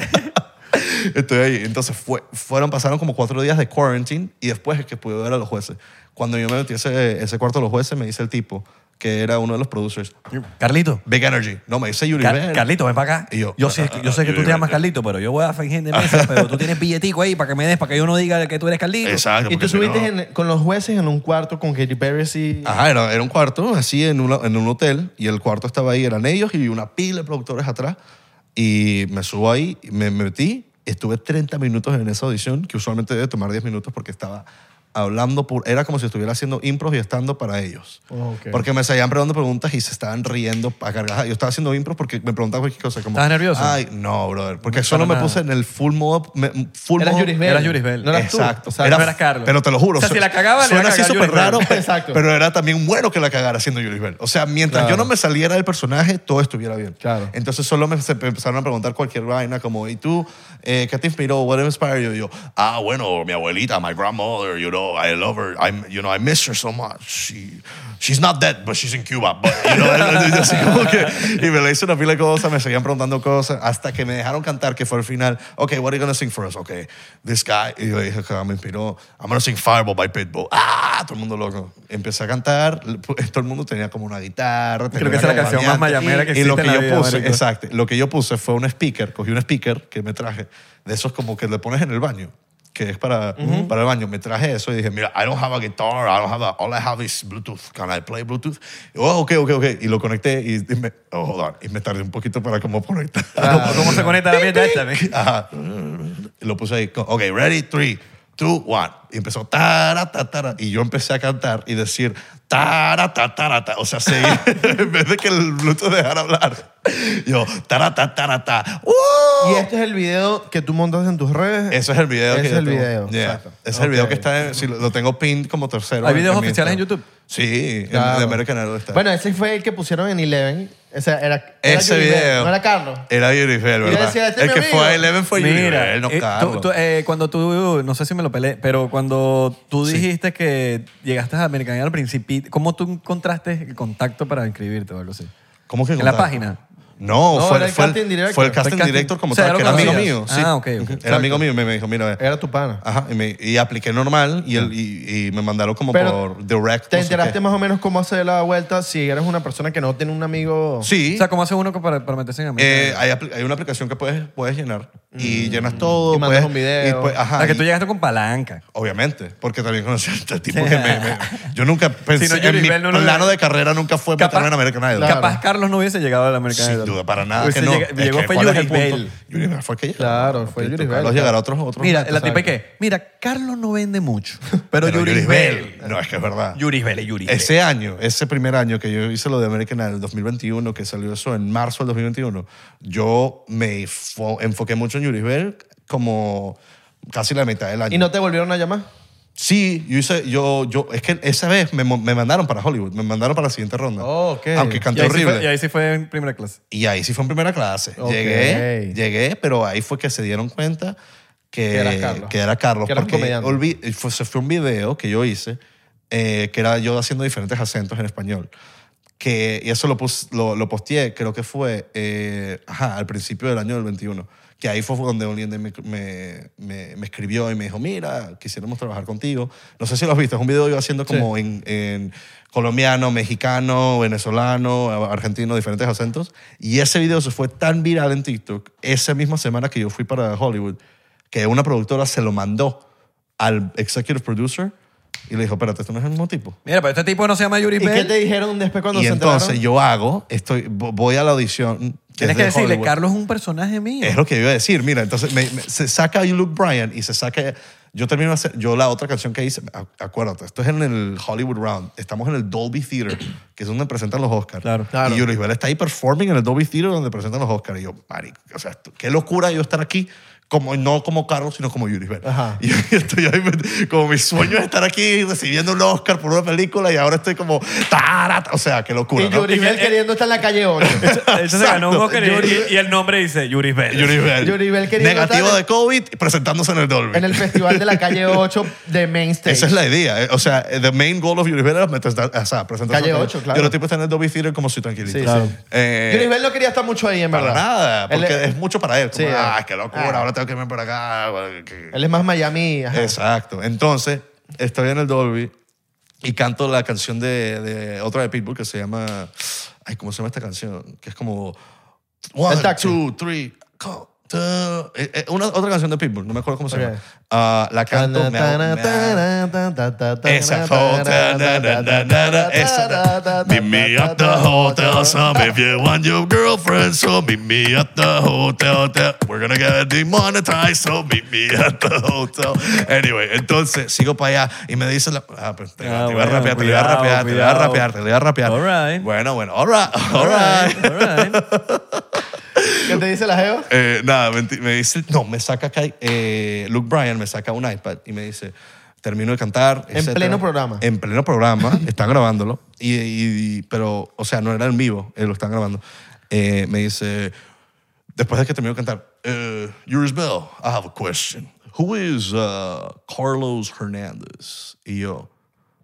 Estoy ahí. Entonces fue, fueron, pasaron como cuatro días de quarantine y después es que pude ver a los jueces. Cuando yo me metí a ese, ese cuarto de los jueces, me dice el tipo, que era uno de los producers. Carlito. Big Energy. No, me dice Yuri Car- Bell. Carlito, ven para acá. Y yo, yo, "Eh". sé, yo sé que tú te llamas Carlito, pero yo voy a fingir de mesa, pero tú tienes billetico ahí para que me des, para que yo no diga que tú eres Carlito. Exacto. Y tú porque si no- subiste en- con los jueces en un cuarto con Katy Perry así. Ajá, era, era un cuarto así en, una- en un hotel y el cuarto estaba ahí, eran ellos y una pila de productores atrás. Y me subo ahí, me metí, estuve 30 minutos en esa audición, que usualmente debe tomar 10 minutos porque estaba hablando, por, era como si estuviera haciendo impros y estando para ellos. Ok. Porque me salían preguntando preguntas y se estaban riendo a cargadas. Yo estaba haciendo impros porque me preguntaban cualquier cosa. Como, ¿Estabas nervioso? Ay, no, brother. Porque solo me nada. puse en el full modo. me- full Eras modo- Yuri Bell. Eras Yuri Bell. No eras tú. Exacto. O sea, Era- no eras Carlos. Pero te lo juro. O sea, si su- la cagaba, le iba a Suena así cagar súper Yuri Bell. raro, Exacto. pero era también bueno que la cagara siendo Yuri Bell. O sea, mientras yo no me saliera del personaje, todo estuviera bien. Claro. Entonces solo me se- me empezaron a preguntar cualquier vaina como, ¿y tú eh, qué te inspiró? What inspired you? Y yo, ah, bueno, mi abuelita, my grandmother, you know, I love her. I'm, you know, I miss her so much. She, she's not dead, but she's in Cuba. But, you know, y yo así como que- y me le hice una pila de cosas, me seguían preguntando cosas, hasta que me dejaron cantar, que fue el final. Ok, what are you gonna sing for us? Ok, this guy. Y yo dije, "Ah, me inspiró. I'm gonna sing Fireball by Pitbull. Ah, todo el mundo loco. Empecé a cantar, todo el mundo tenía como una guitarra. Creo tenía que esa es la un canción más acompañante. mayamera que Y lo existe que en la yo vida, puse, marico. exacto, lo que yo puse fue un speaker, cogí un speaker que me traje, de esos como que le pones en el baño, que es para, para el baño. Me traje eso y dije, mira, I don't have a guitar, I don't have a, all I have is Bluetooth, can I play Bluetooth? Oh, ok, ok, ok. Y lo conecté y, y me, oh, hold on. y me tardé un poquito para como conectar. Ah, ¿Cómo- ¿Cómo se conecta la mierda esta? men? Ajá. Y lo puse ahí. co- Ok, ready, three, two, one. Y empezó tara, ta, tara. Y yo empecé a cantar y decir tara, ta, tara, ta. O sea, seguí. en vez de que el Bluetooth dejara hablar. Yo tara, ta, tara, ta. ¡Uh! Y este es el video que tú montas en tus redes. Ese es el video. Ese que es yo el tengo. video, Yeah. exacto. Ese es el video Ok. que está en, si lo, lo tengo pinned como tercero. ¿Hay en- videos mi oficiales en Instagram. YouTube? Sí, en- Claro. de American Idol está. Bueno, ese fue el que pusieron en Eleven. O sea, era, era ese Yuri Bell, video. No era Carlos. Era Yuri Bell, Yo ¿verdad? decía, este es el mi que fue a amigo. Eleven fue Yuri Bell, no eh, tú- Carlos. tú, eh, cuando tú, no sé si me lo peleé, pero cuando tú Sí. dijiste que llegaste a American Idol al principio, ¿cómo tú encontraste el contacto para inscribirte o algo así? ¿Cómo que ¿En la contacto? página? No, No, fue, era el fue casting director. Fue el casting Fue el casting- director como O sea, tal, ya que lo era amigo conocías. mío. Ah, sí. ok, ok. Era amigo mío y me me dijo, mira, ve. Era tu pana. Ajá, y, me, y apliqué normal y, él, y, y me mandaron como Pero, por direct. ¿Te no sé enteraste qué. más o menos cómo hacer la vuelta si eres una persona que no tiene un amigo? Sí. O sea, ¿cómo hace uno para, para meterse en American eh, Idol? hay, apli- hay una aplicación que puedes, puedes llenar y llenas todo. Mm. Y mandas puedes- un video. y puedes- ajá, O sea, que y- tú llegaste con palanca. Obviamente, porque también conocí a este tipo que me, me- Yo nunca pensé. no, Yuri en mi Bell no lo plano hubiera- de carrera nunca fue meterme en American Idol. Claro. Capaz Carlos no hubiese llegado al American Sin Idol. duda, para nada. Hubiese que no. llega- Es llegó que, fue ¿cuál es Yuri el punto? Bell. Yuri Bell fue el que llegó. Claro, fue Yuri Bell, Los claro. llegará otros. otros Mira, momentos, la tipa ¿sabes? que, mira, Carlos no vende mucho, pero, Pero Yuri Yuri Bell. Bell. No, es que es verdad. Yuri Bell es Yuri Bell. Ese año, ese primer año que yo hice lo de American Idol 2021, que salió eso en marzo del 2021, yo me fo- enfoqué mucho en Yuri Bell como casi la mitad del año. ¿Y no te volvieron a llamar? Sí, yo hice, yo, yo, es que esa vez me, mo- me mandaron para Hollywood, me mandaron para la siguiente ronda. Oh, ok. Aunque Y canté ahí, sí horrible. fue, y ahí sí fue en primera clase. Y ahí sí fue en primera clase. Ok. Llegué, llegué, pero ahí fue que se dieron cuenta que, Que era Carlos. que era Carlos, Que era un porque comediante. olvi- fue, se fue un video que yo hice, eh, que era yo haciendo diferentes acentos en español. Que, y eso lo, pus- lo, lo posteé, creo que fue eh, ajá, al principio del año del 21. Que ahí fue donde un me, me, me, me escribió y me dijo, mira, quisiéramos trabajar contigo. No sé si lo has visto, es un video yo haciendo como en, en colombiano, mexicano, venezolano, argentino, diferentes acentos. Y ese video se fue tan viral en TikTok esa misma semana que yo fui para Hollywood que una productora se lo mandó al executive producer y le dijo, espérate, esto no es el mismo tipo. Mira, pero este tipo no se llama Yuri ¿Y qué Bell. te dijeron después cuando y se entonces enteraron? yo hago, estoy, vo- voy a la audición. Tienes es que de decirle, Hollywood. Carlos es un personaje mío. Es lo que yo iba a decir. Mira, entonces me- me- se saca a Luke Bryan y se saca. Yo termino de hacer. Yo la otra canción que hice, ac- acuérdate, esto es en el Hollywood Round. Estamos en el Dolby Theater, que es donde presentan los Oscars. Claro. Y Yuri Bell está ahí performing en el Dolby Theater donde presentan los Oscars. Y yo, marico, o sea, esto- qué locura yo estar aquí. Como, no como Carlos, sino como Yuri Bell. Ajá. Y yo estoy ahí, me- como mi sueño es estar aquí recibiendo un Oscar por una película y ahora estoy como... tarata. O sea, qué locura, Y ¿no? Yuri Bell queriendo estar en la calle 8. Entonces se ganó un Exacto. Oscar y, y- y el nombre dice Yuri Bell. Yuri Bell. Yuri Bell quería Negativo notar- de COVID y presentándose en el Dolby. en el festival de la calle 8 de Main Stage. Esa es la idea. eh. O sea, eh, the main goal of Yuri Bell era presentar- o sea, presentarse. Calle en el- ocho, claro. Y los tipos están en el Dolby Theater como si tranquilito. Sí, Claro. sí. Eh, Yuri Bell no quería estar mucho ahí, en para verdad. nada, porque Él- es mucho para él. Como, Sí, eh. ah, qué locura, Ah. ahora tengo que irme por acá. bueno, que- Él es más Miami. ajá. Exacto. Entonces, estoy en el Dolby y canto la canción de, de otra de Pitbull que se llama. Ay, ¿cómo se llama esta canción? Que es como. One, El taxi. two, three, go, go. Eh, eh, una, otra canción de Pitbull, no me acuerdo cómo se Ok. llama. Ah, la canto. me hago- me hago- Esa foto, na, na, na, na, na, esa. Meet me at the hotel, some if you want your girlfriend, so meet me at the hotel. te- We're gonna get demonetized, so meet me at the hotel. Anyway, entonces sigo para allá y me dice la. Ah, pues, te, Ah, te iba a bueno, rapear, te iba a rapear, cuidado, te iba a cuidado. rapear, te iba a rapear. All right. Bueno, bueno, all right, all right. all right. ¿Qué te dice la Jeva? Eh, nada, me, enti- me dice, no, me saca acá, eh, Luke Bryan me saca un iPad y me dice, termino de cantar. En etcétera. pleno programa. En pleno programa, están grabándolo, y, y- y- pero, o sea, no era en vivo, eh, lo están grabando. Eh, me dice, después de que termino de cantar, eh, Yuris Bell, I have a question. Who is uh, Carlos Hernández? Y yo,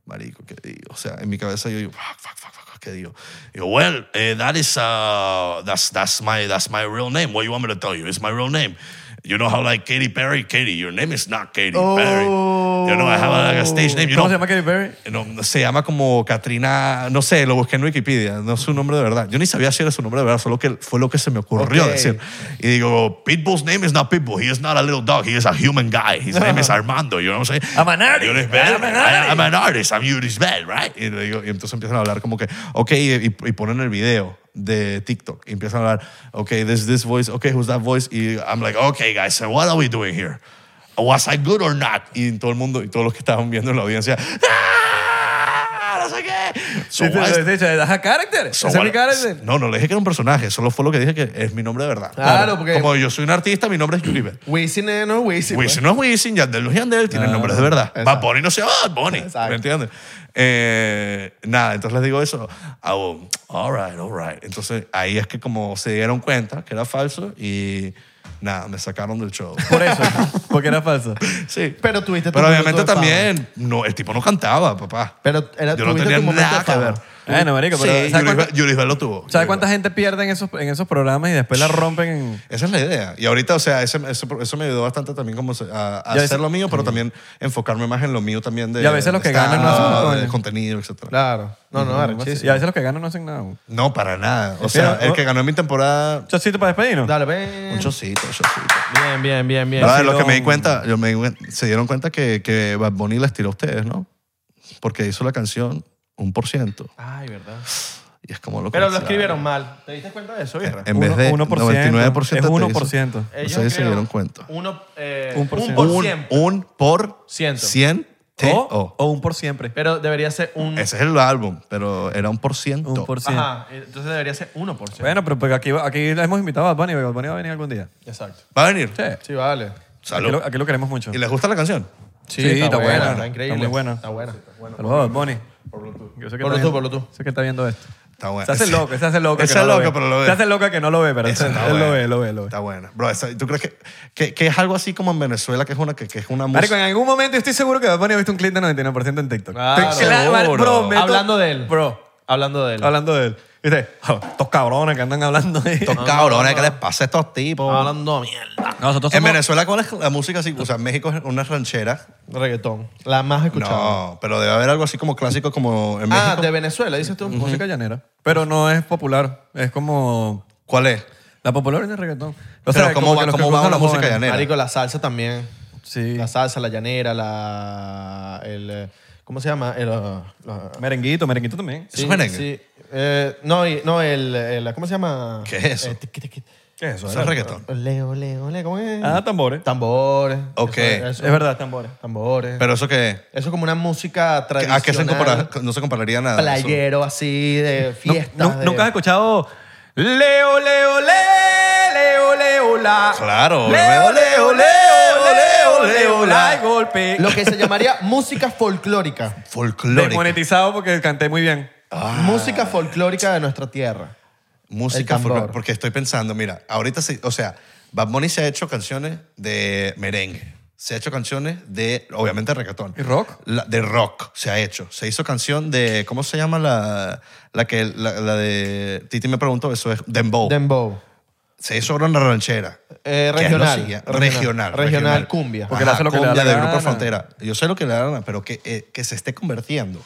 marico, ¿qué digo? O sea, en mi cabeza yo digo, fuck, fuck, fuck, fuck, ¿qué digo? Y yo, well, eh, that is, uh, that's, that's, my, that's my real name. What do you want me to tell you? It's my real name. You know how like Katy Perry, Katy, your name is not Katy Perry. You know, I have a, like, a stage name. You know, ¿Cómo se llama Katy Perry? Eh, no, se llama como Katrina, no sé, lo busqué en Wikipedia, no es su nombre de verdad. Yo ni sabía si era su nombre de verdad, solo que fue lo que se me ocurrió Ok. decir. Y digo, Pitbull's name is not Pitbull, he is not a little dog, he is a human guy. His name is Armando, you know what I'm saying? I'm an artist, You're Yuris Bell, I'm an I- artist. I'm an artist, I'm Yuris Bell, right? Y, le digo- y entonces empiezan a hablar como que, ok, y, y ponen el video de TikTok y empiezan a hablar, ok, there's this voice, ok, who's that voice? Y I'm like, ok, guys, so what are we doing here? Was I good or not? Y todo el mundo, y todos los que estaban viendo en la audiencia, ¡Ah! no sé qué. So Sí, sí, what's- sí, sí, ¿Es a character? so ¿Ese ¿Es what- mi character? No, no le dije que era un personaje, solo fue lo que dije que es mi nombre de verdad. Claro, porque- Como yo soy un artista, mi nombre es Yuri Bell. Wisin eh, no Wisin. pues. Wisin no es Wisin, Yandel no es Yandel, Ah, tienen nombres de verdad. Exacto. Bad Bunny no se llama Bad Bunny, Exacto. ¿me entiendes? Eh, nada, entonces les digo eso. Hago, all right, all right. Entonces ahí es que como se dieron cuenta que era falso y nada, me sacaron del show. Por eso, porque era falso. Sí. Pero tuviste tu Pero momento obviamente de fama. también, no, el tipo no cantaba, papá. Pero era- Yo no tuviste tenía tu momento nada de que fama. ver. Bueno, marico, pero Sí, ¿sabes Yuri cuánta- Bell- Yuri Bell lo tuvo. Yuri ¿Sabes Bell. cuánta gente pierde en esos, en esos programas y después la rompen en... Esa es la idea. Y ahorita, o sea, ese- ese- eso me ayudó bastante también como se- a, a Y a hacer veces- lo mío, pero también enfocarme más en lo mío también de Y a veces los de que ganan no hacen stand-up, nada, de ¿no? contenido, etc. Claro. No, no, y arrechísimo. a veces los que ganan no hacen nada. Un No, para nada. O sea, Mira, oh. el o- que ganó en mi temporada, chocito para despedirnos. Dale, ven. un chocito, un chocito. Bien, bien, bien, bien. Brother, sí, lo que don- me di cuenta, yo me di cuen- se dieron cuenta que, que Bad Bunny les tiró a ustedes, ¿no? Porque hizo la canción un por ciento. Ay, verdad. Y es como lo Pero lo cancelaron. escribieron mal. ¿Te diste cuenta de eso, vieja? En vez Uno- de 1%, 99%. es te 1%. hizo- Ustedes se dieron cuenta. Uno, eh, Un un por por ciento. Un, ciento. un por Ciento. cien. T- o, o. o un por siempre. Pero debería ser un... Ese es el álbum, pero era un por ciento. Un por ciento. Ajá, entonces debería ser uno por ciento. Bueno, pero porque aquí, aquí la hemos invitado a Bad Bunny. Bad Bunny va a venir algún día. Exacto. ¿Va a venir? Sí. Sí, vale. Aquí Salud. lo, aquí lo queremos mucho. ¿Y les gusta la canción? Sí, está buena, está Está increíble. muy buena. Está buena. Saludos a Bad Bunny. Por Bluetooth. Yo sé que Por está Bluetooth, viendo- por Bluetooth. Sé que está viendo esto. Está buena. Se hace Ese- loco, se hace loco. Ese que es no loco, pero lo ve. Se hace loco que no lo ve, pero Esa él está él buena. lo ve, lo ve, lo ve. Está buena. Bro, esa- ¿tú crees que, que, que es algo así como en Venezuela, que es una, que, que es una Marico, en música? algún momento yo estoy seguro que Bad Bunny ha visto un clip de 99% en TikTok. Claro. Estoy cla- Seguro. bro, meto- Hablando de él. Bro, Hablando de él. hablando de él. Viste, estos cabrones que andan hablando ahí. Estos cabrones, ¿qué les pasa a estos Ah, tipos? Hablando mierda. Nosotros en somos- Venezuela, ¿cuál es la música así? O sea, en México es una ranchera. Reggaetón. La más escuchada. No, pero debe haber algo así como clásico como en Ah, México. de Venezuela, dices tú. música llanera. Pero no es popular. Es como... ¿Cuál es? La popular es el reggaetón. O Pero sea, ¿cómo como va- que los que cómo va gustan una los música jóvenes. llanera? Marico, la salsa también. Sí. La salsa, la llanera, la... El, eh, ¿Cómo se llama? El, eh, la- Merenguito, merenguito también. ¿Eso es merengue? Sí. Eh, no, y- no el, el- ¿Cómo se llama? ¿Qué es eso? Eh, tiqui, tiqui. ¿Qué es Eso es reggaetón. Ole, ole, ole. ¿Cómo es? Ah, tambores. Tambores. Ok. Eso- Es eso- verdad, tambores. Tambores. Pero eso que... eso es como una música tradicional. ¿A qué se compara? No se compararía nada. eso. Playero así, de Nu- fiestas. nu- de- ¿Nunca has escuchado Leo, Leo, le, Leo, Leo, la? Claro. Leo, Leo, Leo, Leo, Leo, la. Y golpe. Lo que se llamaría música folclórica. Folclórico. Desmonetizado porque canté muy bien. Música folclórica de nuestra tierra. El Música tambor. folclórica. Porque estoy pensando, mira, ahorita sí, o sea, Bad Bunny se ha hecho canciones de merengue. Se ha hecho canciones de, obviamente, reggaetón. ¿Y rock? La- de rock se ha hecho. Se hizo canción de, ¿cómo se llama la, la que, la, la de, Titi me preguntó, eso es Dembow. Dembow. se hizo ahora una ranchera. Eh, Que es lo regional, siguiente. regional, Regional. regional cumbia. Porque Ajá, hace lo que le cumbia da la del Grupo gana. Frontera. Yo sé lo que le da la gana, pero que, eh, que se esté convirtiendo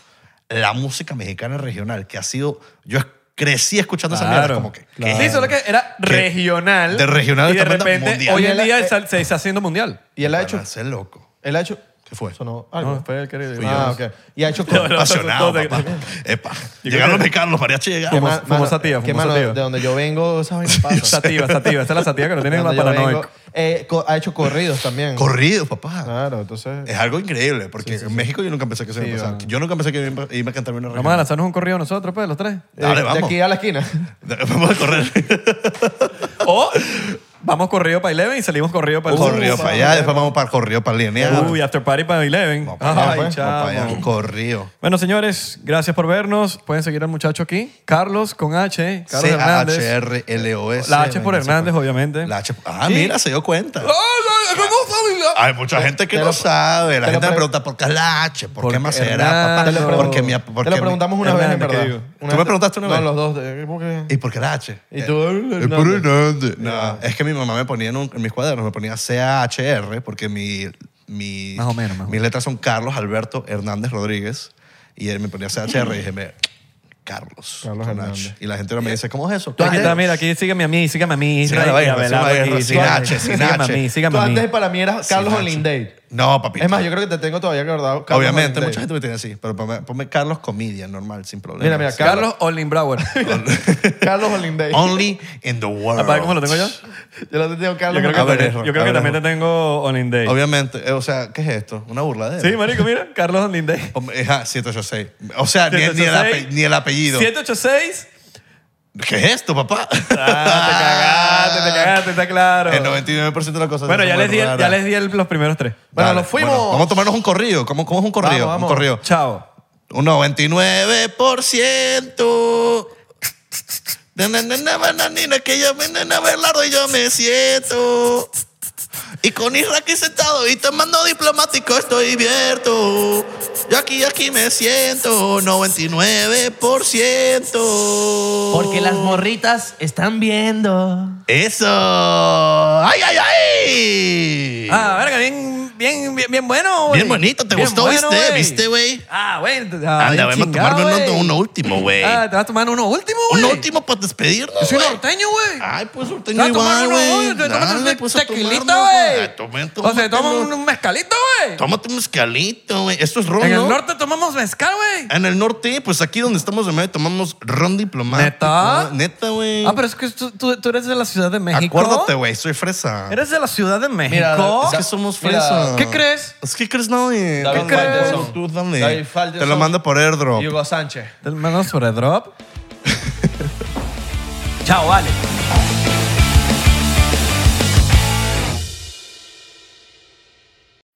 la música mexicana regional, que ha sido. Yo es- crecí escuchando esa mierda. Claro, Como que, ¿qué claro. es Sí, esto? solo que era Que- regional. de regional y de está mandando repente, mundial. hoy Y él en ha- día eh, sal- se está haciendo mundial. Y él ha Para hecho. ser loco. Él ha hecho. ¿Qué fue? Sonó algo. No. Fue el que le- Fui Ah, yo. ok. Y ha hecho. Apasionado, Entonces, papá. Epa. Llegaron los mexicanos, los mariachis llegaron. Fumo- Ma- fumo mano, sativa, que, fumo mano, sativa. De donde yo vengo, esa vaina pasa. Sativa, sativa. Esa es la sativa que lo De tienen donde más yo vengo, paranoico. eh, co- ha hecho corridos también. Corrido, papá. Claro, entonces. Es algo increíble, porque en México yo nunca pensé que se iba a pasar. Yo nunca pensé que iba a- iba a cantar una Vamos a regional. lanzarnos un corrido nosotros, pues, los tres. eh, dale, de vamos. aquí a la esquina. Vamos a correr. O vamos corrido para Eleven y salimos corrido para el sur. Corrido para allá, después vamos para corrido para Lineal. Uy, after party para Eleven. Vamos para allá, Ay, vamos para allá, chamo. Corrido. Bueno, señores, gracias por vernos. Pueden seguir al muchacho aquí. Carlos con H. eh. Carlos ah, Hernández. C-A-H-R-L-O-S. La H por Hernández, Oh. obviamente. pues. La H. Ah, Y- mira, se dio cuenta. Hay mucha gente que te no lo- sabe. La te lo gente me pre- pregunta por qué es la H, por Porque qué más será, Hernando. papá. Porque mi. porque Te lo mi- preguntamos una vez, en Hernández, verdad. ¿qué digo? Una ¿Tú me preguntaste una vez? No, los dos. eh, ¿por qué? ¿Y por qué la H? Y tú, Es por Hernández. No, es que mi mamá me ponía en, un- en mis cuadernos, me ponía C-A-H-R, porque mi, mi, Más o menos, más o mis letras son Carlos Alberto Hernández Rodríguez, y él me ponía C-H-R y dije, me- Carlos. Carlos con Hernández. H. Y la gente ahora me dice, ¿cómo es eso? Tú ¿Qué aquí es? está, mira, aquí sígueme a mí, sígueme a mí. Sí, la Israel, vaina, Abelardo, sí, la aquí, vaina, sin sígueme, H, sin sígueme H. a mí, sígueme Tú a mí. antes para mí eras Carlos H. Holliday. No, papito. Es más, yo creo que te tengo todavía guardado. Carlos Obviamente, Holliday. mucha gente me tiene así, pero ponme, ponme Carlos Comedia, normal, sin problema. Mira, mira, Sí. Carlos Olinbrauer. Brauer. Carlos Holliday. Only in the world. Aparte, ¿cómo lo tengo yo? Yo lo tengo Yo Carlos creo que, A ver, también, Error, yo creo a que ver, también te tengo Olinday. Obviamente, eh, o sea, ¿qué es esto? ¿Una burla de él? Sí, marico, mira, Carlos Olinday. Hombre, ah, ajá, 786. O sea, ni- Ni, el 786. ape- ni el apellido. 786. ¿Qué es esto, papá? Ah, te cagaste, te cagaste, está claro. El 99% de las cosas. Bueno, son ya muy les di, el- raras. ya les di el- los primeros tres. Bueno, Dale, nos fuimos. vamos a tomarnos un corrido. ¿Cómo, cómo es un corrido? Vamos, vamos. Un corrido. Chao. Un 99%. De na, na, na, bananina que yo me nena Belardo y yo me siento. Y con Isra aquí sentado y tomando diplomático estoy abierto. Yo aquí, yo aquí me siento 99%. Porque las morritas están viendo. Eso. ¡Ay, ay, ay! Ah, verga, bien, bien, bien, bien bueno, güey. Bien bonito, ¿te Bien gustó? bueno, ¿Viste? güey. ¿Viste, güey? Ah, güey. Anda, vamos vamos a tomarme uno, uno último, güey. Ah, te vas a tomar uno último, güey. un último para despedirnos, Soy güey. norteño, güey. Ay, pues Te sorteño vas a tomar igual, uno, güey. te tomas un Dale, pues, a tequilita, tomarnos, güey. Ay, tome- O sea, toma tómatelo. un, un mezcalito, güey. Tómate un mezcalito, güey. Esto es ron, En el ¿no? norte tomamos mezcal, güey. En el norte, pues aquí donde estamos de medio tomamos ron diplomático. ¿Neta? Neta, güey. Ah, pero es que tú, tú- tú eres de la Ciudad de México. Acuérdate, güey, soy fresa. Eres de la Ciudad de México. Es que somos fresa. ¿Qué crees? Es que crees, no, güey. David ¿Qué crees? Faitelson. Tú dale. David Faitelson. Te lo mando por airdrop. Hugo Sánchez. Te mando sobre drop. Chao, vale.